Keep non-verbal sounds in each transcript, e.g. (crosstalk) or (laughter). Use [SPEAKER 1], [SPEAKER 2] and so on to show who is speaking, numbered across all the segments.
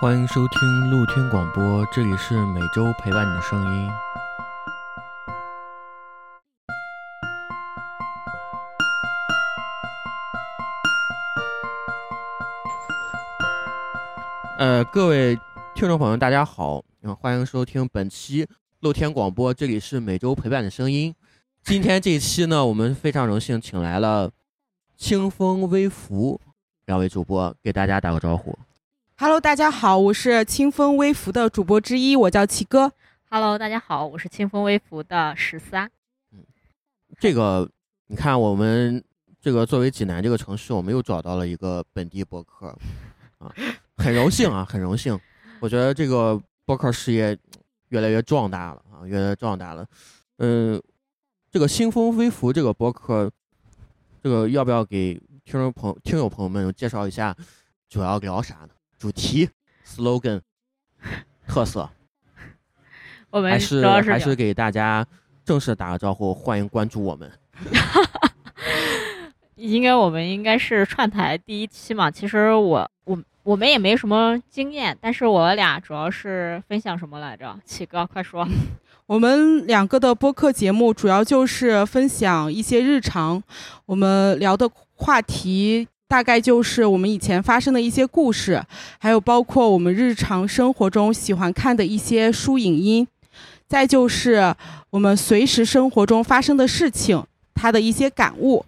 [SPEAKER 1] 欢迎收听露天广播，这里是每周陪伴你的声音。呃，各位听众朋友，大家好，嗯，欢迎收听本期露天广播，这里是每周陪伴你的声音。今天这一期呢，我们非常荣幸请来了清风微服两位主播，给大家打个招呼。
[SPEAKER 2] Hello，大家好，我是清风微服的主播之一，我叫奇哥。
[SPEAKER 3] Hello，大家好，我是清风微服的十三。
[SPEAKER 1] 这个你看，我们这个作为济南这个城市，我们又找到了一个本地播客啊，很荣幸啊，很荣幸。我觉得这个播客事业越来越壮大了啊，越来越壮大了。嗯，这个新风微服这个播客，这个要不要给听众朋听友朋友们介绍一下，主要聊啥呢？主题、slogan、特色，
[SPEAKER 3] 我们
[SPEAKER 1] 还
[SPEAKER 3] 主
[SPEAKER 1] 是
[SPEAKER 3] 要
[SPEAKER 1] 还
[SPEAKER 3] 是
[SPEAKER 1] 是给大家正式打个招呼，欢迎关注我们。
[SPEAKER 3] 应该我们应该是串台第一期嘛。其实我我我们也没什么经验，但是我俩主要是分享什么来着？启哥，快说。
[SPEAKER 1] 嗯
[SPEAKER 2] 我们两个的播客节目主要就是分享一些日常，我们聊的话题大概就是我们以前发生的一些故事，还有包括我们日常生活中喜欢看的一些书影音，再就是我们随时生活中发生的事情，它的一些感悟。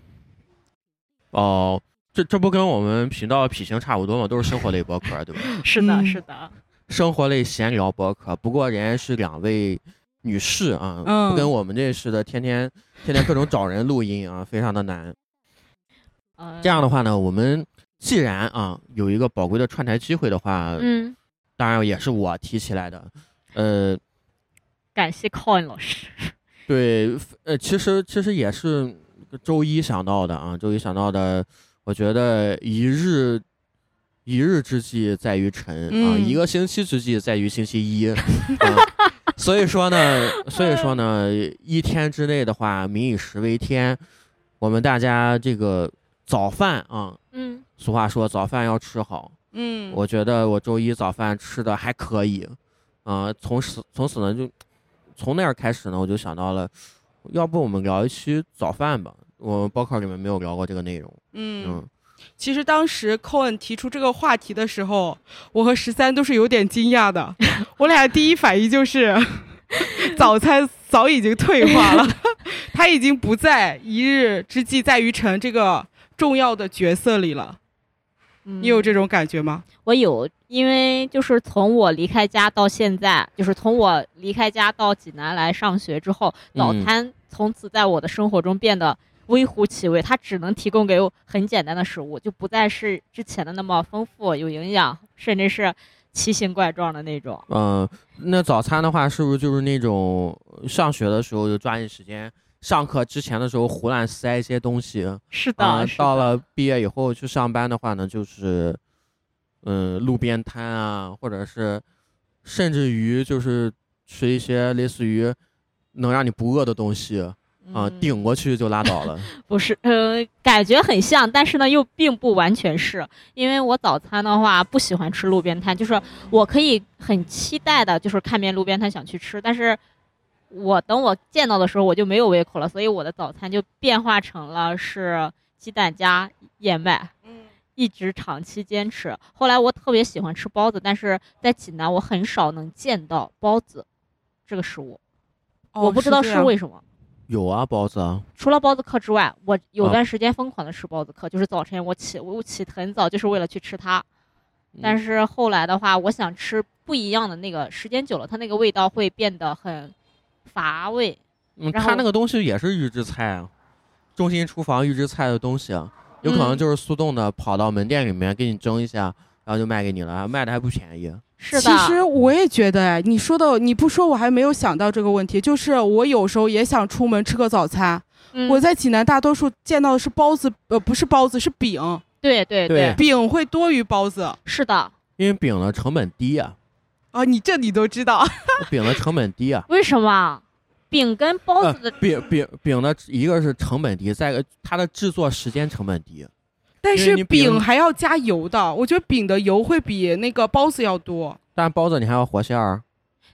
[SPEAKER 1] 哦，这这不跟我们频道体型差不多吗？都是生活类博客，对吧？
[SPEAKER 3] 是的，
[SPEAKER 2] 嗯
[SPEAKER 3] 是的，
[SPEAKER 1] 生活类闲聊博客，不过人家是两位女士啊，
[SPEAKER 2] 嗯
[SPEAKER 1] 不跟我们这似的，天天天天各种找人录音啊，非常的难。
[SPEAKER 3] 呃，
[SPEAKER 1] 这样的话呢，我们既然啊有一个宝贵的串台机会的话，
[SPEAKER 3] 嗯，
[SPEAKER 1] 当然也是我提起来的，呃，
[SPEAKER 3] 感谢 Coin 老师。
[SPEAKER 1] 对，呃，其实其实也是周一想到的啊，周一想到的，我觉得一日一日之计在于晨、啊，
[SPEAKER 2] 嗯
[SPEAKER 1] 一个星期之计在于星期一，啊、所以说呢，所以说呢，一天之内的话，民以食为天，我们大家这个早饭啊，
[SPEAKER 3] 嗯，
[SPEAKER 1] 俗话说早饭要吃好，
[SPEAKER 2] 嗯
[SPEAKER 1] 我觉得我周一早饭吃的还可以，啊、从此从此呢就从那儿开始呢，我就想到了，要不我们聊一期早饭吧？我们播客里面没有聊过这个内容，嗯，
[SPEAKER 2] 其实当时 Cohen 提出这个话题的时候，我和十三都是有点惊讶的。我俩第一反应就是， (laughs) 早餐早已经退化了， (laughs) 他已经不在“一日之计在于晨”这个重要的角色里了。
[SPEAKER 3] 你
[SPEAKER 2] 你有这种感觉吗？
[SPEAKER 3] 我有，因为就是从我离开家到现在，就是从我离开家到济南来上学之后，
[SPEAKER 1] 嗯
[SPEAKER 3] 早餐从此在我的生活中变得微乎其微，它只能提供给我很简单的食物，就不再是之前的那么丰富、有营养，甚至是奇形怪状的那种。
[SPEAKER 1] 呃，那早餐的话，是不是就是那种上学的时候就抓紧时间，上课之前的时候胡乱塞一些东西，
[SPEAKER 3] 是的，
[SPEAKER 1] 啊、
[SPEAKER 3] 是的
[SPEAKER 1] 到了毕业以后去上班的话呢，就是，嗯，路边摊啊，或者是，甚至于就是吃一些类似于能让你不饿的东西啊、
[SPEAKER 3] 嗯
[SPEAKER 1] 顶过去就拉倒
[SPEAKER 3] (laughs)
[SPEAKER 1] 了。
[SPEAKER 3] 不是，呃，感觉很像，但是呢，又并不完全是，因为我早餐的话不喜欢吃路边摊，就是我可以很期待的，就是看见路边摊想去吃，但是我等我见到的时候我就没有胃口了，所以我的早餐就变化成了是鸡蛋加燕麦，
[SPEAKER 2] 嗯，
[SPEAKER 3] 一直长期坚持。后来我特别喜欢吃包子，但是在济南我很少能见到包子这个食物，
[SPEAKER 2] 哦
[SPEAKER 3] 我不知道是为什么。
[SPEAKER 1] 有啊，包子啊，
[SPEAKER 3] 除了包子课之外，我有
[SPEAKER 1] 啊
[SPEAKER 3] 段时间疯狂的吃包子课，就是早晨我起我起得很早，就是为了去吃它。但
[SPEAKER 1] 嗯
[SPEAKER 3] 是后来的话，我想吃不一样的那个，时间久了，它那个味道会变得很乏味。
[SPEAKER 1] 嗯，
[SPEAKER 3] 然
[SPEAKER 1] 它
[SPEAKER 3] 后
[SPEAKER 1] 那个东西也是预制菜啊，中心厨房预制菜的东西啊，有可能
[SPEAKER 3] 嗯
[SPEAKER 1] 就是速冻的，跑到门店里面给你蒸一下，然后就卖给你了，卖的还不便宜。
[SPEAKER 3] 是的，
[SPEAKER 2] 其实我也觉得，哎，你说的，你不说我还没有想到这个问题。就是我有时候也想出门吃个早餐。
[SPEAKER 3] 嗯
[SPEAKER 2] 我在济南大多数见到的是包子，呃，不是包子，是饼，
[SPEAKER 3] 对对
[SPEAKER 1] 对
[SPEAKER 2] 饼会多于包子。
[SPEAKER 3] 是的。
[SPEAKER 1] 因为饼的成本低啊，
[SPEAKER 3] 哦
[SPEAKER 2] 啊，你这你都知
[SPEAKER 3] (laughs)
[SPEAKER 2] 道，
[SPEAKER 1] 饼的成本低啊，
[SPEAKER 3] 为什么饼跟包
[SPEAKER 1] 呃
[SPEAKER 3] 子的、
[SPEAKER 1] 饼饼饼的一个是成本低，再一个它的制作时间成本低。
[SPEAKER 2] 但
[SPEAKER 1] 因为
[SPEAKER 2] 是
[SPEAKER 1] 你饼
[SPEAKER 2] 饼还要加油的，我觉得饼的油会比那个包子要多。
[SPEAKER 1] 但包子你还要和馅儿，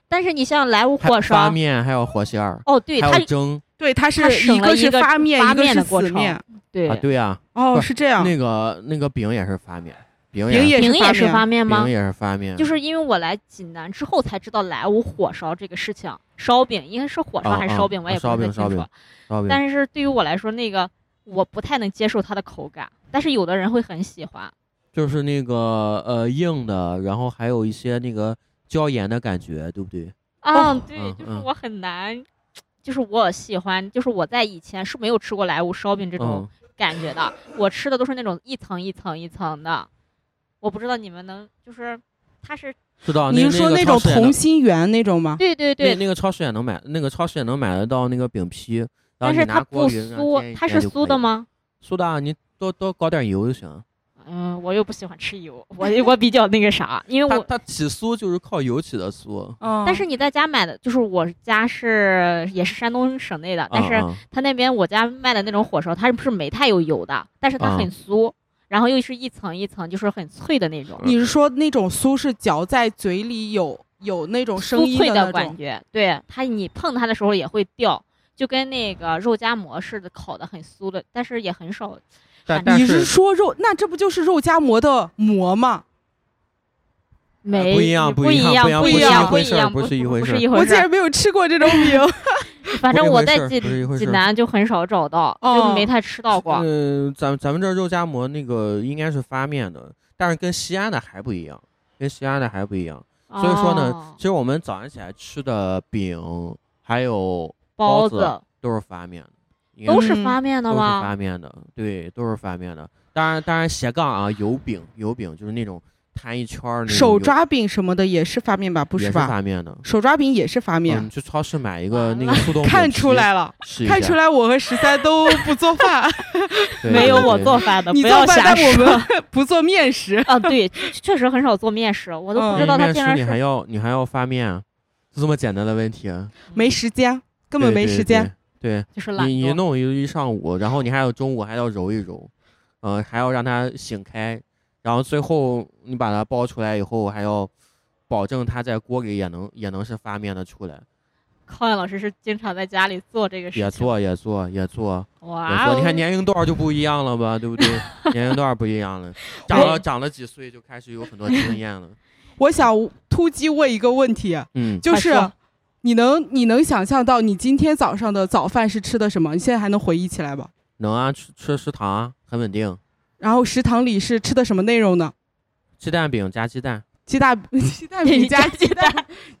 [SPEAKER 3] 但是你像莱芜
[SPEAKER 1] 还
[SPEAKER 3] 火
[SPEAKER 1] 发
[SPEAKER 3] 烧，
[SPEAKER 1] 面还要和馅儿，
[SPEAKER 3] 哦，对，它
[SPEAKER 1] 还啊要蒸
[SPEAKER 2] 对，它是
[SPEAKER 3] 它省
[SPEAKER 2] 一
[SPEAKER 3] 了
[SPEAKER 2] 个
[SPEAKER 3] 一
[SPEAKER 2] 是
[SPEAKER 3] 个
[SPEAKER 2] 发面，
[SPEAKER 3] 发
[SPEAKER 2] 一个
[SPEAKER 3] 面
[SPEAKER 2] 是
[SPEAKER 3] 的过
[SPEAKER 2] 死
[SPEAKER 3] 程
[SPEAKER 2] 面。
[SPEAKER 3] 对
[SPEAKER 1] 啊，，对啊，
[SPEAKER 2] 哦，
[SPEAKER 1] 不
[SPEAKER 2] 是这样。
[SPEAKER 1] 那个那个饼也是发面，饼
[SPEAKER 2] 饼
[SPEAKER 1] 也
[SPEAKER 2] 也
[SPEAKER 3] 饼也
[SPEAKER 2] 是
[SPEAKER 3] 是
[SPEAKER 2] 发
[SPEAKER 3] 发
[SPEAKER 2] 面。
[SPEAKER 3] 面吗
[SPEAKER 1] 饼？也是发面，
[SPEAKER 3] 就是因为我来济南之后才知道莱芜火烧这个事情，烧饼应该是火烧
[SPEAKER 1] 啊
[SPEAKER 3] 还是
[SPEAKER 1] 啊
[SPEAKER 3] 烧饼，我
[SPEAKER 1] 啊
[SPEAKER 3] 也不
[SPEAKER 1] 烧
[SPEAKER 3] 是
[SPEAKER 1] 饼
[SPEAKER 3] 很
[SPEAKER 1] 烧
[SPEAKER 3] 清
[SPEAKER 1] 饼
[SPEAKER 3] 楚。
[SPEAKER 1] 烧饼
[SPEAKER 3] 但是对于我来说，那个我不太能接受它的口感，但是有的人会很喜欢。啊
[SPEAKER 1] 就是那个呃硬的，然后还有一些那个椒盐的感觉，对不对？
[SPEAKER 3] 啊，
[SPEAKER 1] 哦
[SPEAKER 3] 对，
[SPEAKER 1] 嗯
[SPEAKER 3] 就是
[SPEAKER 1] 嗯
[SPEAKER 3] 我很难，就是我喜欢，就是我在以前是没有吃过莱芜烧饼这种
[SPEAKER 1] 嗯，
[SPEAKER 3] 感觉的，我吃的都是那种一层一层一层的。我不知道你们能，就是它是
[SPEAKER 1] 知道。
[SPEAKER 2] 你
[SPEAKER 1] 那
[SPEAKER 2] 是说
[SPEAKER 1] 那个
[SPEAKER 2] 种
[SPEAKER 1] 超市也能
[SPEAKER 2] 同心圆那种
[SPEAKER 3] (laughs)
[SPEAKER 2] 吗？
[SPEAKER 3] 对对对
[SPEAKER 1] 那，那个超市也能买，那个超市也能买得到那个饼皮，然后
[SPEAKER 3] 但
[SPEAKER 1] 你
[SPEAKER 3] 是
[SPEAKER 1] 拿
[SPEAKER 3] 它
[SPEAKER 1] 锅
[SPEAKER 3] 不
[SPEAKER 1] 匀，然后煎
[SPEAKER 3] 酥，
[SPEAKER 1] 一
[SPEAKER 3] 它
[SPEAKER 1] 煎
[SPEAKER 3] 是
[SPEAKER 1] 就可
[SPEAKER 3] 酥的
[SPEAKER 1] 以？
[SPEAKER 3] 吗？
[SPEAKER 1] 酥的啊，你多多搞点油就行。
[SPEAKER 3] 嗯，我又不喜欢吃油，我我比较那个啥，因为
[SPEAKER 1] 它
[SPEAKER 3] 我
[SPEAKER 1] 它起酥就是靠油起的酥。
[SPEAKER 2] 嗯，
[SPEAKER 3] 但是你在家买的，就是我家是也是山东省内的，但
[SPEAKER 1] 嗯
[SPEAKER 3] 是
[SPEAKER 1] 嗯
[SPEAKER 3] 他那边我家卖的那种火烧，它是没太有油的，但是它
[SPEAKER 1] 啊
[SPEAKER 3] 很酥，然后又是一层一层，就是很脆的那种，
[SPEAKER 2] 你是说那种酥是嚼在嘴里有有那种声
[SPEAKER 3] 酥
[SPEAKER 2] 音
[SPEAKER 3] 脆
[SPEAKER 2] 那
[SPEAKER 3] 感
[SPEAKER 2] 种？
[SPEAKER 3] 觉。对它，你碰它的时候也会掉，就跟那个肉夹馍似的，烤的很酥的，但是也很少。
[SPEAKER 1] 但
[SPEAKER 3] 反
[SPEAKER 1] 但
[SPEAKER 2] 你是说肉？那这不就是肉夹馍的馍吗？
[SPEAKER 3] 没
[SPEAKER 1] 不一样
[SPEAKER 3] 不
[SPEAKER 1] 一样
[SPEAKER 3] 不
[SPEAKER 1] 不
[SPEAKER 2] 一
[SPEAKER 3] 一
[SPEAKER 2] 样
[SPEAKER 3] 样，
[SPEAKER 1] 不
[SPEAKER 3] 不
[SPEAKER 1] 一样不
[SPEAKER 3] 不
[SPEAKER 1] 是一回
[SPEAKER 3] 不
[SPEAKER 1] 事
[SPEAKER 3] 是一
[SPEAKER 2] 我
[SPEAKER 3] 回
[SPEAKER 2] 竟
[SPEAKER 3] 事。
[SPEAKER 2] 然没有吃过这种饼。
[SPEAKER 3] 反
[SPEAKER 1] 不
[SPEAKER 3] 正
[SPEAKER 1] 是一
[SPEAKER 3] 我
[SPEAKER 1] 回事
[SPEAKER 3] 在
[SPEAKER 1] 儿
[SPEAKER 3] 济
[SPEAKER 1] 不是一回
[SPEAKER 3] 济
[SPEAKER 1] 事儿
[SPEAKER 3] 南就很少找到，
[SPEAKER 2] 哦
[SPEAKER 3] 就没太吃到过。
[SPEAKER 1] 嗯、咱咱们这儿肉夹馍那个应该是发面的，但是跟西安的还不一样，跟西安的还不一样。所以说呢，
[SPEAKER 3] 哦
[SPEAKER 1] 其实我们早上起来吃的饼还有包
[SPEAKER 3] 包
[SPEAKER 1] 子都是发面的，应该
[SPEAKER 3] 都
[SPEAKER 1] 是
[SPEAKER 3] 是
[SPEAKER 2] 嗯
[SPEAKER 3] 发面
[SPEAKER 1] 都
[SPEAKER 3] 的
[SPEAKER 1] 是
[SPEAKER 3] 吗？
[SPEAKER 1] 发面的，对，都是发面的。当然当然斜杠啊，油饼油饼就是那种摊一圈儿那种
[SPEAKER 2] 手
[SPEAKER 1] 油
[SPEAKER 2] 抓饼什么的也是发面吧？不
[SPEAKER 1] 也是
[SPEAKER 2] 吧？
[SPEAKER 1] 发面的。
[SPEAKER 2] 手抓饼也是发
[SPEAKER 1] 嗯，
[SPEAKER 2] 面
[SPEAKER 1] 你。去超市买一个
[SPEAKER 3] 完
[SPEAKER 1] 那个速冻饼
[SPEAKER 2] 看
[SPEAKER 1] 皮
[SPEAKER 2] 出来了，
[SPEAKER 1] 试一下，
[SPEAKER 2] 看出来我和十三都不做饭， (laughs)
[SPEAKER 1] 对
[SPEAKER 3] 没有
[SPEAKER 1] 对
[SPEAKER 3] 我
[SPEAKER 1] 对
[SPEAKER 3] 做饭的，
[SPEAKER 2] 你
[SPEAKER 3] 不
[SPEAKER 2] 做
[SPEAKER 3] 要
[SPEAKER 2] 饭，
[SPEAKER 3] 瞎
[SPEAKER 2] 但我
[SPEAKER 3] 说。
[SPEAKER 2] 们不做面食。
[SPEAKER 3] (laughs) 啊，对，确实很少做面食，我都
[SPEAKER 2] 嗯
[SPEAKER 1] 那
[SPEAKER 3] 不知道
[SPEAKER 1] 你
[SPEAKER 3] 他
[SPEAKER 1] 面
[SPEAKER 3] 竟
[SPEAKER 1] 食
[SPEAKER 3] 然
[SPEAKER 1] 你还
[SPEAKER 3] 是
[SPEAKER 1] 要你还要发面啊，就这么简单的问题啊，
[SPEAKER 2] 没时间，根本
[SPEAKER 1] 对
[SPEAKER 2] 没
[SPEAKER 1] 对
[SPEAKER 2] 时间。
[SPEAKER 1] 对
[SPEAKER 3] 就是
[SPEAKER 1] 对
[SPEAKER 3] 懒
[SPEAKER 1] 你你
[SPEAKER 3] 惰。
[SPEAKER 1] 弄一一上午，然后你还有中午还要揉一揉，呃，还要让它醒开，然后最后你把它包出来以后，还要保证它在锅里也能也能是发面的出来，
[SPEAKER 3] 康远老师是经常在家里做这个事情，
[SPEAKER 1] 也做也做也做也
[SPEAKER 3] 哇、
[SPEAKER 1] 做，
[SPEAKER 3] 哦，
[SPEAKER 1] 你看年龄段儿就不一样了吧，对不
[SPEAKER 3] (laughs)
[SPEAKER 1] 对？年龄段儿不一样了，长
[SPEAKER 3] 我
[SPEAKER 1] 了长了几岁就开始有很多经验了，
[SPEAKER 2] 我想突击问一个问题，啊
[SPEAKER 3] (laughs)
[SPEAKER 1] 嗯，
[SPEAKER 2] 就
[SPEAKER 3] 快
[SPEAKER 2] 是
[SPEAKER 3] 说
[SPEAKER 2] 你能你能想象到你今天早上的早饭是吃的什么？你现在还能回忆起来吧？
[SPEAKER 1] 能啊，吃吃食堂啊，很稳定，
[SPEAKER 2] 然后食堂里是吃的什么内容呢？
[SPEAKER 1] 鸡蛋饼加鸡蛋，
[SPEAKER 2] 鸡蛋 (laughs) 鸡蛋饼加鸡蛋，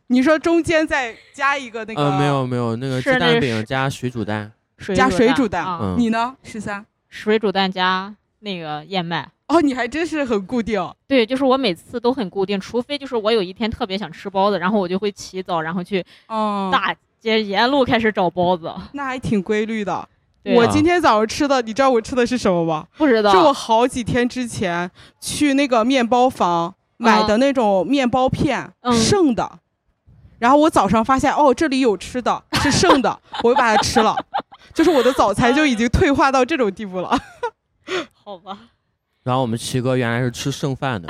[SPEAKER 2] 你说中间再加一个那个？
[SPEAKER 1] 呃，没。有没有，那个
[SPEAKER 3] 是
[SPEAKER 1] 鸡
[SPEAKER 3] 那
[SPEAKER 1] 蛋
[SPEAKER 3] 个
[SPEAKER 1] 饼
[SPEAKER 3] 是
[SPEAKER 1] 加水煮蛋，
[SPEAKER 3] 水
[SPEAKER 2] 加水煮
[SPEAKER 3] 煮
[SPEAKER 2] 蛋
[SPEAKER 3] 啊
[SPEAKER 1] 嗯，
[SPEAKER 2] 你呢？十三？
[SPEAKER 3] 水煮蛋加那个燕麦。
[SPEAKER 2] 哦，你还真是很固定。
[SPEAKER 3] 对，就是我每次都很固定，除非就是我有一天特别想吃包子，然后我就会起早，然后去
[SPEAKER 2] 哦，
[SPEAKER 3] 大街沿路开始找包子。
[SPEAKER 2] 那还挺规律的。
[SPEAKER 3] 对
[SPEAKER 2] 我
[SPEAKER 1] 啊
[SPEAKER 2] 今天早上吃的，你知道我吃的是什么吗？
[SPEAKER 3] 不知道，
[SPEAKER 2] 是我好几天之前去那个面包房买的那种面包片，
[SPEAKER 3] 嗯
[SPEAKER 2] 剩的。然后我早上发现，哦，这里有吃
[SPEAKER 3] (laughs)
[SPEAKER 2] 的，是剩的，我就把它吃了。就是我的早餐就已经退化到这种地步
[SPEAKER 1] (laughs)
[SPEAKER 2] 了。
[SPEAKER 3] 好吧，
[SPEAKER 1] 然后我们七哥原来是吃剩饭
[SPEAKER 2] (laughs)
[SPEAKER 1] 的，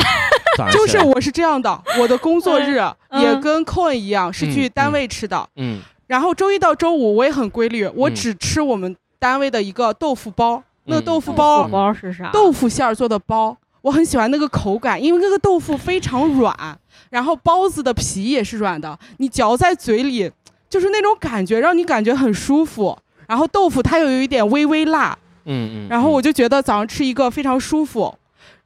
[SPEAKER 1] 早上起
[SPEAKER 2] 就
[SPEAKER 1] 来
[SPEAKER 2] 是我是这样的，我的工作日
[SPEAKER 3] 嗯
[SPEAKER 2] 也跟 Coin 一样，是去
[SPEAKER 1] 嗯
[SPEAKER 2] 单位吃的。
[SPEAKER 1] 嗯
[SPEAKER 2] 然后周一到周五我也很规律，我
[SPEAKER 1] 嗯
[SPEAKER 2] 只吃我们单位的一个豆腐包，那
[SPEAKER 1] 嗯
[SPEAKER 2] 豆腐
[SPEAKER 1] 嗯
[SPEAKER 2] 包
[SPEAKER 3] 豆腐包是啥？
[SPEAKER 2] 豆腐馅儿做的包，我很喜欢那个口感，因为那个豆腐非常软，然后包子的皮也是软的，你嚼在嘴里就是那种感觉，让你感觉很舒服。然后豆腐它又有一点微微辣，
[SPEAKER 1] 嗯嗯，
[SPEAKER 2] 然后
[SPEAKER 1] 嗯
[SPEAKER 2] 我就觉得早上吃一个非常舒服，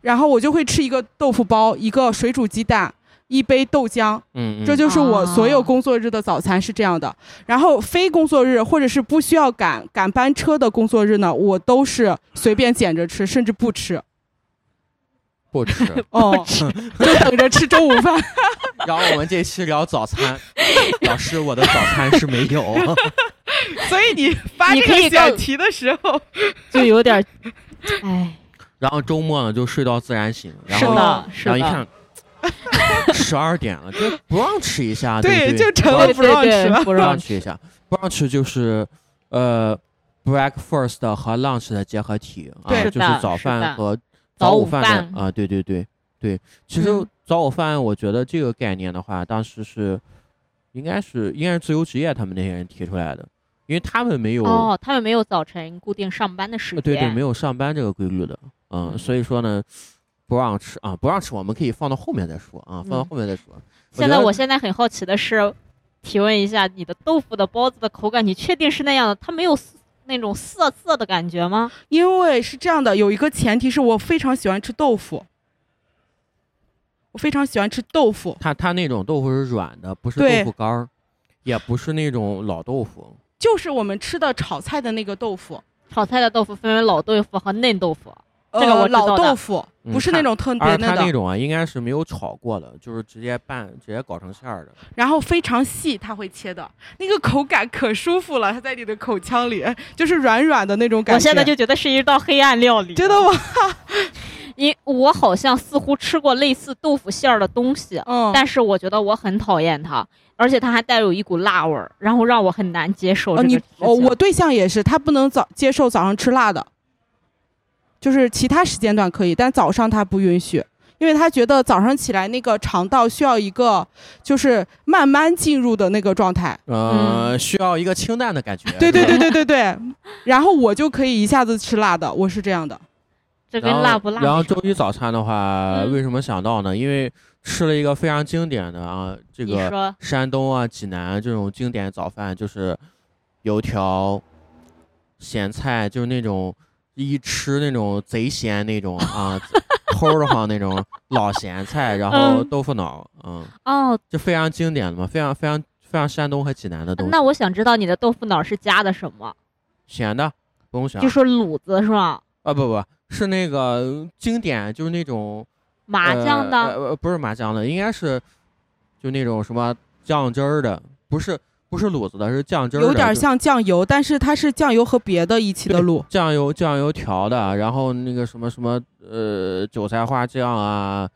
[SPEAKER 2] 然后我就会吃一个豆腐包，一个水煮鸡蛋，一杯豆浆，
[SPEAKER 1] 嗯嗯
[SPEAKER 2] 这就是我所有
[SPEAKER 3] 啊
[SPEAKER 2] 工作日的早餐是这样的。然后非工作日或者是不需要赶赶班车的工作日呢，我都是随便捡着吃，甚至不吃。
[SPEAKER 1] 不
[SPEAKER 2] (laughs)
[SPEAKER 1] 吃。
[SPEAKER 2] 哦，就等着吃中午饭。
[SPEAKER 1] 然后我们这期聊早餐， (laughs) 老师我的早餐是没
[SPEAKER 2] (laughs)
[SPEAKER 1] 有，
[SPEAKER 2] (laughs) 所以你发
[SPEAKER 3] 你可以告
[SPEAKER 2] 题的时候，
[SPEAKER 3] 就有点儿，哎，
[SPEAKER 1] 然后周末呢就睡到自然醒，然
[SPEAKER 3] 是
[SPEAKER 1] 后
[SPEAKER 3] 的，是
[SPEAKER 1] 然后
[SPEAKER 3] 的。
[SPEAKER 1] 一看。
[SPEAKER 2] (laughs)
[SPEAKER 1] 十二点了，就不让吃一下，
[SPEAKER 2] 对
[SPEAKER 1] 不
[SPEAKER 2] 就成了
[SPEAKER 1] 不让
[SPEAKER 2] 不让吃了
[SPEAKER 3] 不
[SPEAKER 1] 不
[SPEAKER 3] 让
[SPEAKER 1] 让
[SPEAKER 3] 吃。
[SPEAKER 1] 吃一下，不让吃就是，呃，breakfast 和 lunch 的结合体啊，就
[SPEAKER 2] 对
[SPEAKER 1] 是
[SPEAKER 3] 是的
[SPEAKER 1] 早
[SPEAKER 3] 是的
[SPEAKER 1] 饭和早
[SPEAKER 3] 午
[SPEAKER 1] 饭
[SPEAKER 3] 饭
[SPEAKER 1] 的啊，对对对对。其实
[SPEAKER 3] 嗯
[SPEAKER 1] 早午饭，我觉得这个概念的话，当时是应该是应该是自由职业他们那些人提出来的，因为他们没有、
[SPEAKER 3] 哦，他们没有早晨固定上班的时
[SPEAKER 1] 呃
[SPEAKER 3] 间，
[SPEAKER 1] 对对没有上班这个规律的，嗯，
[SPEAKER 3] 嗯
[SPEAKER 1] 所以说呢，不让吃啊，不让吃，我们可以放到后面再说啊，放到
[SPEAKER 3] 嗯
[SPEAKER 1] 后面再说。
[SPEAKER 3] 现
[SPEAKER 1] 觉
[SPEAKER 3] 在
[SPEAKER 1] 得
[SPEAKER 3] 我现在很好奇的是，提问一下你的豆腐的包子的口感，你确定是那样的？它没有涩那种涩涩的感觉吗？
[SPEAKER 2] 因为是这样的，有一个前提是我非常喜欢吃豆腐，我非常喜欢吃豆腐。
[SPEAKER 1] 它它那种豆腐是软的，不是
[SPEAKER 2] 对
[SPEAKER 1] 豆腐干儿，也不是那种老豆腐。
[SPEAKER 2] 就是我们吃的炒菜的那个豆腐，
[SPEAKER 3] 炒菜的豆腐分为老豆腐和嫩豆腐。这个
[SPEAKER 2] 呃
[SPEAKER 3] 我知道
[SPEAKER 2] 老
[SPEAKER 3] 的
[SPEAKER 2] 豆腐，
[SPEAKER 1] 嗯
[SPEAKER 2] 不是那种特别
[SPEAKER 1] 而
[SPEAKER 2] 嫩
[SPEAKER 1] 它那
[SPEAKER 2] 的，
[SPEAKER 1] 种啊，应该是没有炒过的，就是直接拌，直接搞成馅儿的。
[SPEAKER 2] 然后非常细，它会切的，那个口感可舒服了，它在你的口腔里就是软软的那种感觉。
[SPEAKER 3] 我现在就觉得是一道黑暗料理。
[SPEAKER 2] 真的？吗？
[SPEAKER 3] 因我好像似乎吃过类似豆腐馅儿的东西，
[SPEAKER 2] 嗯，
[SPEAKER 3] 但是我觉得我很讨厌它，而且它还带有一股辣味儿，然后让我很难接受
[SPEAKER 1] 啊
[SPEAKER 2] 哦，
[SPEAKER 3] 这个
[SPEAKER 2] 你
[SPEAKER 3] 事情。
[SPEAKER 2] 哦，我对象也是，他不能早接受早上吃辣的，就是其他时间段可以，但早上他不允许，因为他觉得早上起来那个肠道需要一个就是慢慢进入的那个状态。
[SPEAKER 1] 呃，需要一个清淡的感觉。
[SPEAKER 2] 对对
[SPEAKER 1] 是吧
[SPEAKER 2] 对。对对对，然后我就可以一下子吃辣的，我是这样的。
[SPEAKER 3] 这跟
[SPEAKER 1] 然后
[SPEAKER 3] 辣不辣？
[SPEAKER 1] 然后周一，早餐的话，
[SPEAKER 3] 嗯
[SPEAKER 1] 为什么想到呢？因为吃了一个非常经典的啊，这
[SPEAKER 3] 你
[SPEAKER 1] 个
[SPEAKER 3] 说
[SPEAKER 1] 山东啊、济南这种经典早饭，就是油条、咸菜，就是那种一吃那种贼咸那种
[SPEAKER 3] (laughs)
[SPEAKER 1] 啊，齁的慌那种老咸菜，然后
[SPEAKER 3] 嗯
[SPEAKER 1] 豆腐脑，嗯，
[SPEAKER 3] 哦，
[SPEAKER 1] 这非常经典的嘛，非常非常非常山东和济南的东西
[SPEAKER 3] 那，我想知道你的豆腐脑是加的什么？
[SPEAKER 1] 咸的不用想
[SPEAKER 3] 就说卤子是吧？
[SPEAKER 1] 啊，不不是那个经典，就是那种
[SPEAKER 3] 麻酱的。
[SPEAKER 1] 呃呃呃不是麻酱的，应该是就那种什么酱汁儿的，不是不是卤子的，是酱汁儿的，
[SPEAKER 2] 有点
[SPEAKER 1] 就
[SPEAKER 2] 像酱油，但是它是酱油和别的一起的卤。
[SPEAKER 1] 酱油酱油调的，然后那个什么什么呃韭菜花酱啊，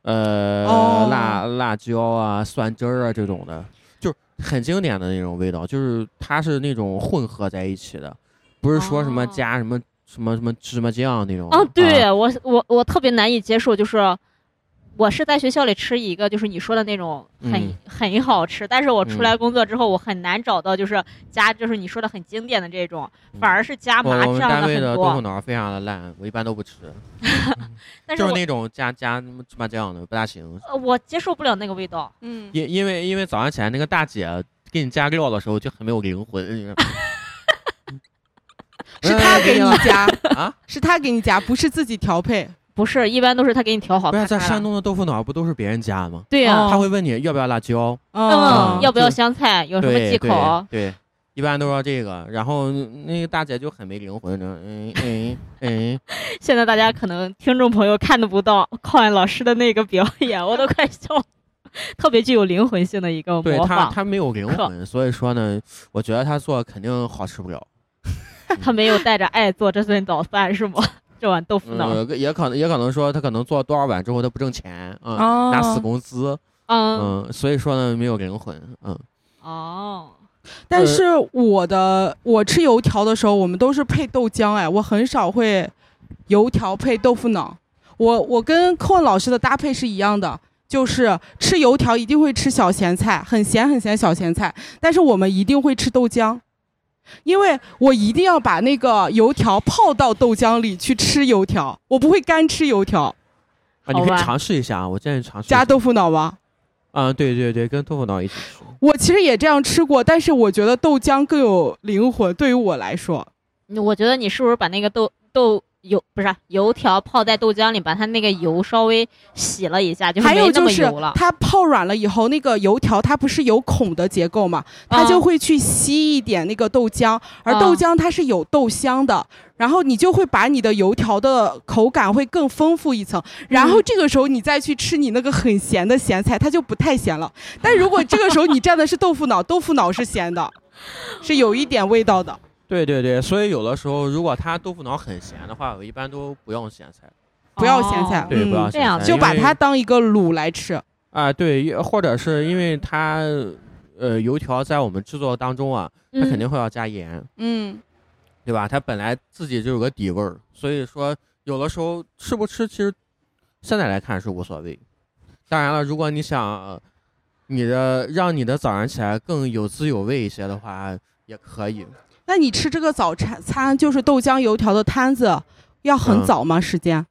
[SPEAKER 1] 呃、
[SPEAKER 2] 哦
[SPEAKER 1] 辣辣椒啊蒜汁儿啊这种的，就是很经典的那种味道，就是它是那种混合在一起的，不是说什么
[SPEAKER 3] 哦
[SPEAKER 1] 加什么、什么什么芝麻酱那种。
[SPEAKER 3] 哦，对、
[SPEAKER 1] 啊
[SPEAKER 3] 我我我特别难以接受，就是我是在学校里吃一个，就是你说的那种很、
[SPEAKER 1] 嗯
[SPEAKER 3] 很好吃，但是我出
[SPEAKER 1] 嗯
[SPEAKER 3] 来工作之后，我很难找到就是加就是你说的很经典的这种，
[SPEAKER 1] 嗯
[SPEAKER 3] 反而是加
[SPEAKER 1] 我
[SPEAKER 3] 麻
[SPEAKER 1] 我们
[SPEAKER 3] 酱
[SPEAKER 1] 单位
[SPEAKER 3] 很
[SPEAKER 1] 的豆腐
[SPEAKER 3] 多。
[SPEAKER 1] 脑非常的烂，我一般都不吃，
[SPEAKER 3] 但
[SPEAKER 1] 就是
[SPEAKER 3] 我
[SPEAKER 1] 那种加加什么芝麻酱的不大行，
[SPEAKER 3] 呃我接受不了那个味道，
[SPEAKER 2] 嗯，
[SPEAKER 1] 因因为因为早上起来那个大姐给你加料的时候就很没有灵魂，你知
[SPEAKER 3] (laughs)
[SPEAKER 1] 道吗
[SPEAKER 2] 是
[SPEAKER 1] 呃
[SPEAKER 2] 他给你加，
[SPEAKER 1] 啊。
[SPEAKER 2] 是他给你加，不是自己调配。
[SPEAKER 3] 不是一般都是他哦给你调好。
[SPEAKER 1] 不是
[SPEAKER 3] 咔咔
[SPEAKER 1] 在
[SPEAKER 3] 的
[SPEAKER 1] 山。东的豆腐脑不都是别人家的吗？
[SPEAKER 3] 对呀、
[SPEAKER 2] 哦
[SPEAKER 1] 他会问你要不要辣椒，
[SPEAKER 3] 嗯，
[SPEAKER 1] 嗯
[SPEAKER 3] 要不要
[SPEAKER 1] 就
[SPEAKER 3] 香菜？有什么
[SPEAKER 1] 对
[SPEAKER 3] 忌口？啊
[SPEAKER 1] 对对，一般都说这个。然后那个大姐就很没灵魂，这样嗯嗯
[SPEAKER 3] (laughs)
[SPEAKER 1] 嗯，
[SPEAKER 3] 现在大家可能听众朋友看的不到邝安老师的那个表演，我都快笑了，特别具有灵魂性的一个
[SPEAKER 1] 对
[SPEAKER 3] 模
[SPEAKER 1] 她
[SPEAKER 3] 仿。
[SPEAKER 1] 她没有灵魂，所以说呢，我觉得她做肯定好吃不了。
[SPEAKER 3] (laughs) 他没有带着爱做这顿早饭是吗？这碗豆腐脑，
[SPEAKER 1] 呃，也可能也可能说她可能做多少碗之后她不挣钱啊，
[SPEAKER 2] 哦
[SPEAKER 1] 拿死工资，
[SPEAKER 3] 嗯，
[SPEAKER 2] 呃
[SPEAKER 1] 嗯，所以说呢没有灵魂，嗯。
[SPEAKER 3] 哦，
[SPEAKER 2] 但是我的我吃油条的时候，我们都是配豆浆，哎，我很少会油条配豆腐脑。我我跟寇老师的搭配是一样的，就是吃油条一定会吃小咸菜，很咸很咸小咸菜，但是我们一定会吃豆浆。因为我一定要把那个油条泡到豆浆里去吃油条，我不会干吃油条。
[SPEAKER 1] 啊，你可
[SPEAKER 3] 好吧
[SPEAKER 1] 以尝试一下啊！我建议尝试一
[SPEAKER 2] 加
[SPEAKER 1] 下
[SPEAKER 2] 豆腐脑吗？
[SPEAKER 1] 啊，对对对，跟豆腐脑一起吃。
[SPEAKER 2] 我其实也这样吃过，但是我觉得豆浆更有灵魂，对于我来说。
[SPEAKER 3] 你嗯我觉得你是不是把那个豆豆油不是啊油条泡在豆浆里，把它那个油稍微洗了一下，就是
[SPEAKER 2] 还
[SPEAKER 3] 没
[SPEAKER 2] 有
[SPEAKER 3] 那
[SPEAKER 2] 就
[SPEAKER 3] 么
[SPEAKER 2] 是
[SPEAKER 3] 油了。
[SPEAKER 2] 它泡软了以后，那个油条它不是有孔的结构嘛，它
[SPEAKER 3] 嗯
[SPEAKER 2] 就会去吸一点那个豆浆，而豆
[SPEAKER 3] 嗯
[SPEAKER 2] 浆它是有豆香的，然后你就会把你的油条的口感会更丰富一层，然后
[SPEAKER 3] 嗯
[SPEAKER 2] 这个时候你再去吃你那个很咸的咸菜，它就不太咸了。但如果这个时候你蘸的是豆腐脑，豆腐脑是咸的，是有一点味道的。
[SPEAKER 1] 对对对，所以有的时候如果他豆腐脑很咸的话，我一般都不用咸菜，
[SPEAKER 2] 不要咸菜
[SPEAKER 3] 哦
[SPEAKER 1] 对，
[SPEAKER 2] 嗯
[SPEAKER 1] 不要
[SPEAKER 3] 这
[SPEAKER 1] 咸
[SPEAKER 3] 样
[SPEAKER 1] 菜，
[SPEAKER 3] 子
[SPEAKER 2] 就
[SPEAKER 1] 哎因
[SPEAKER 2] 把
[SPEAKER 1] 为
[SPEAKER 2] 它当一个卤来吃。
[SPEAKER 1] 啊、对，或者是因为它呃油条在我们制作当中啊，它
[SPEAKER 3] 嗯
[SPEAKER 1] 肯定会要加盐，
[SPEAKER 2] 嗯，
[SPEAKER 1] 对吧？它本来自己就有个底味儿，所以说有的时候吃不吃，其实现在来看是无所谓。当然了，如果你想你的让你的早上起来更有滋有味一些的话，也可以。
[SPEAKER 2] 那你吃这个早餐餐就是豆浆油条的摊子，要很
[SPEAKER 1] 嗯
[SPEAKER 2] 早吗？时间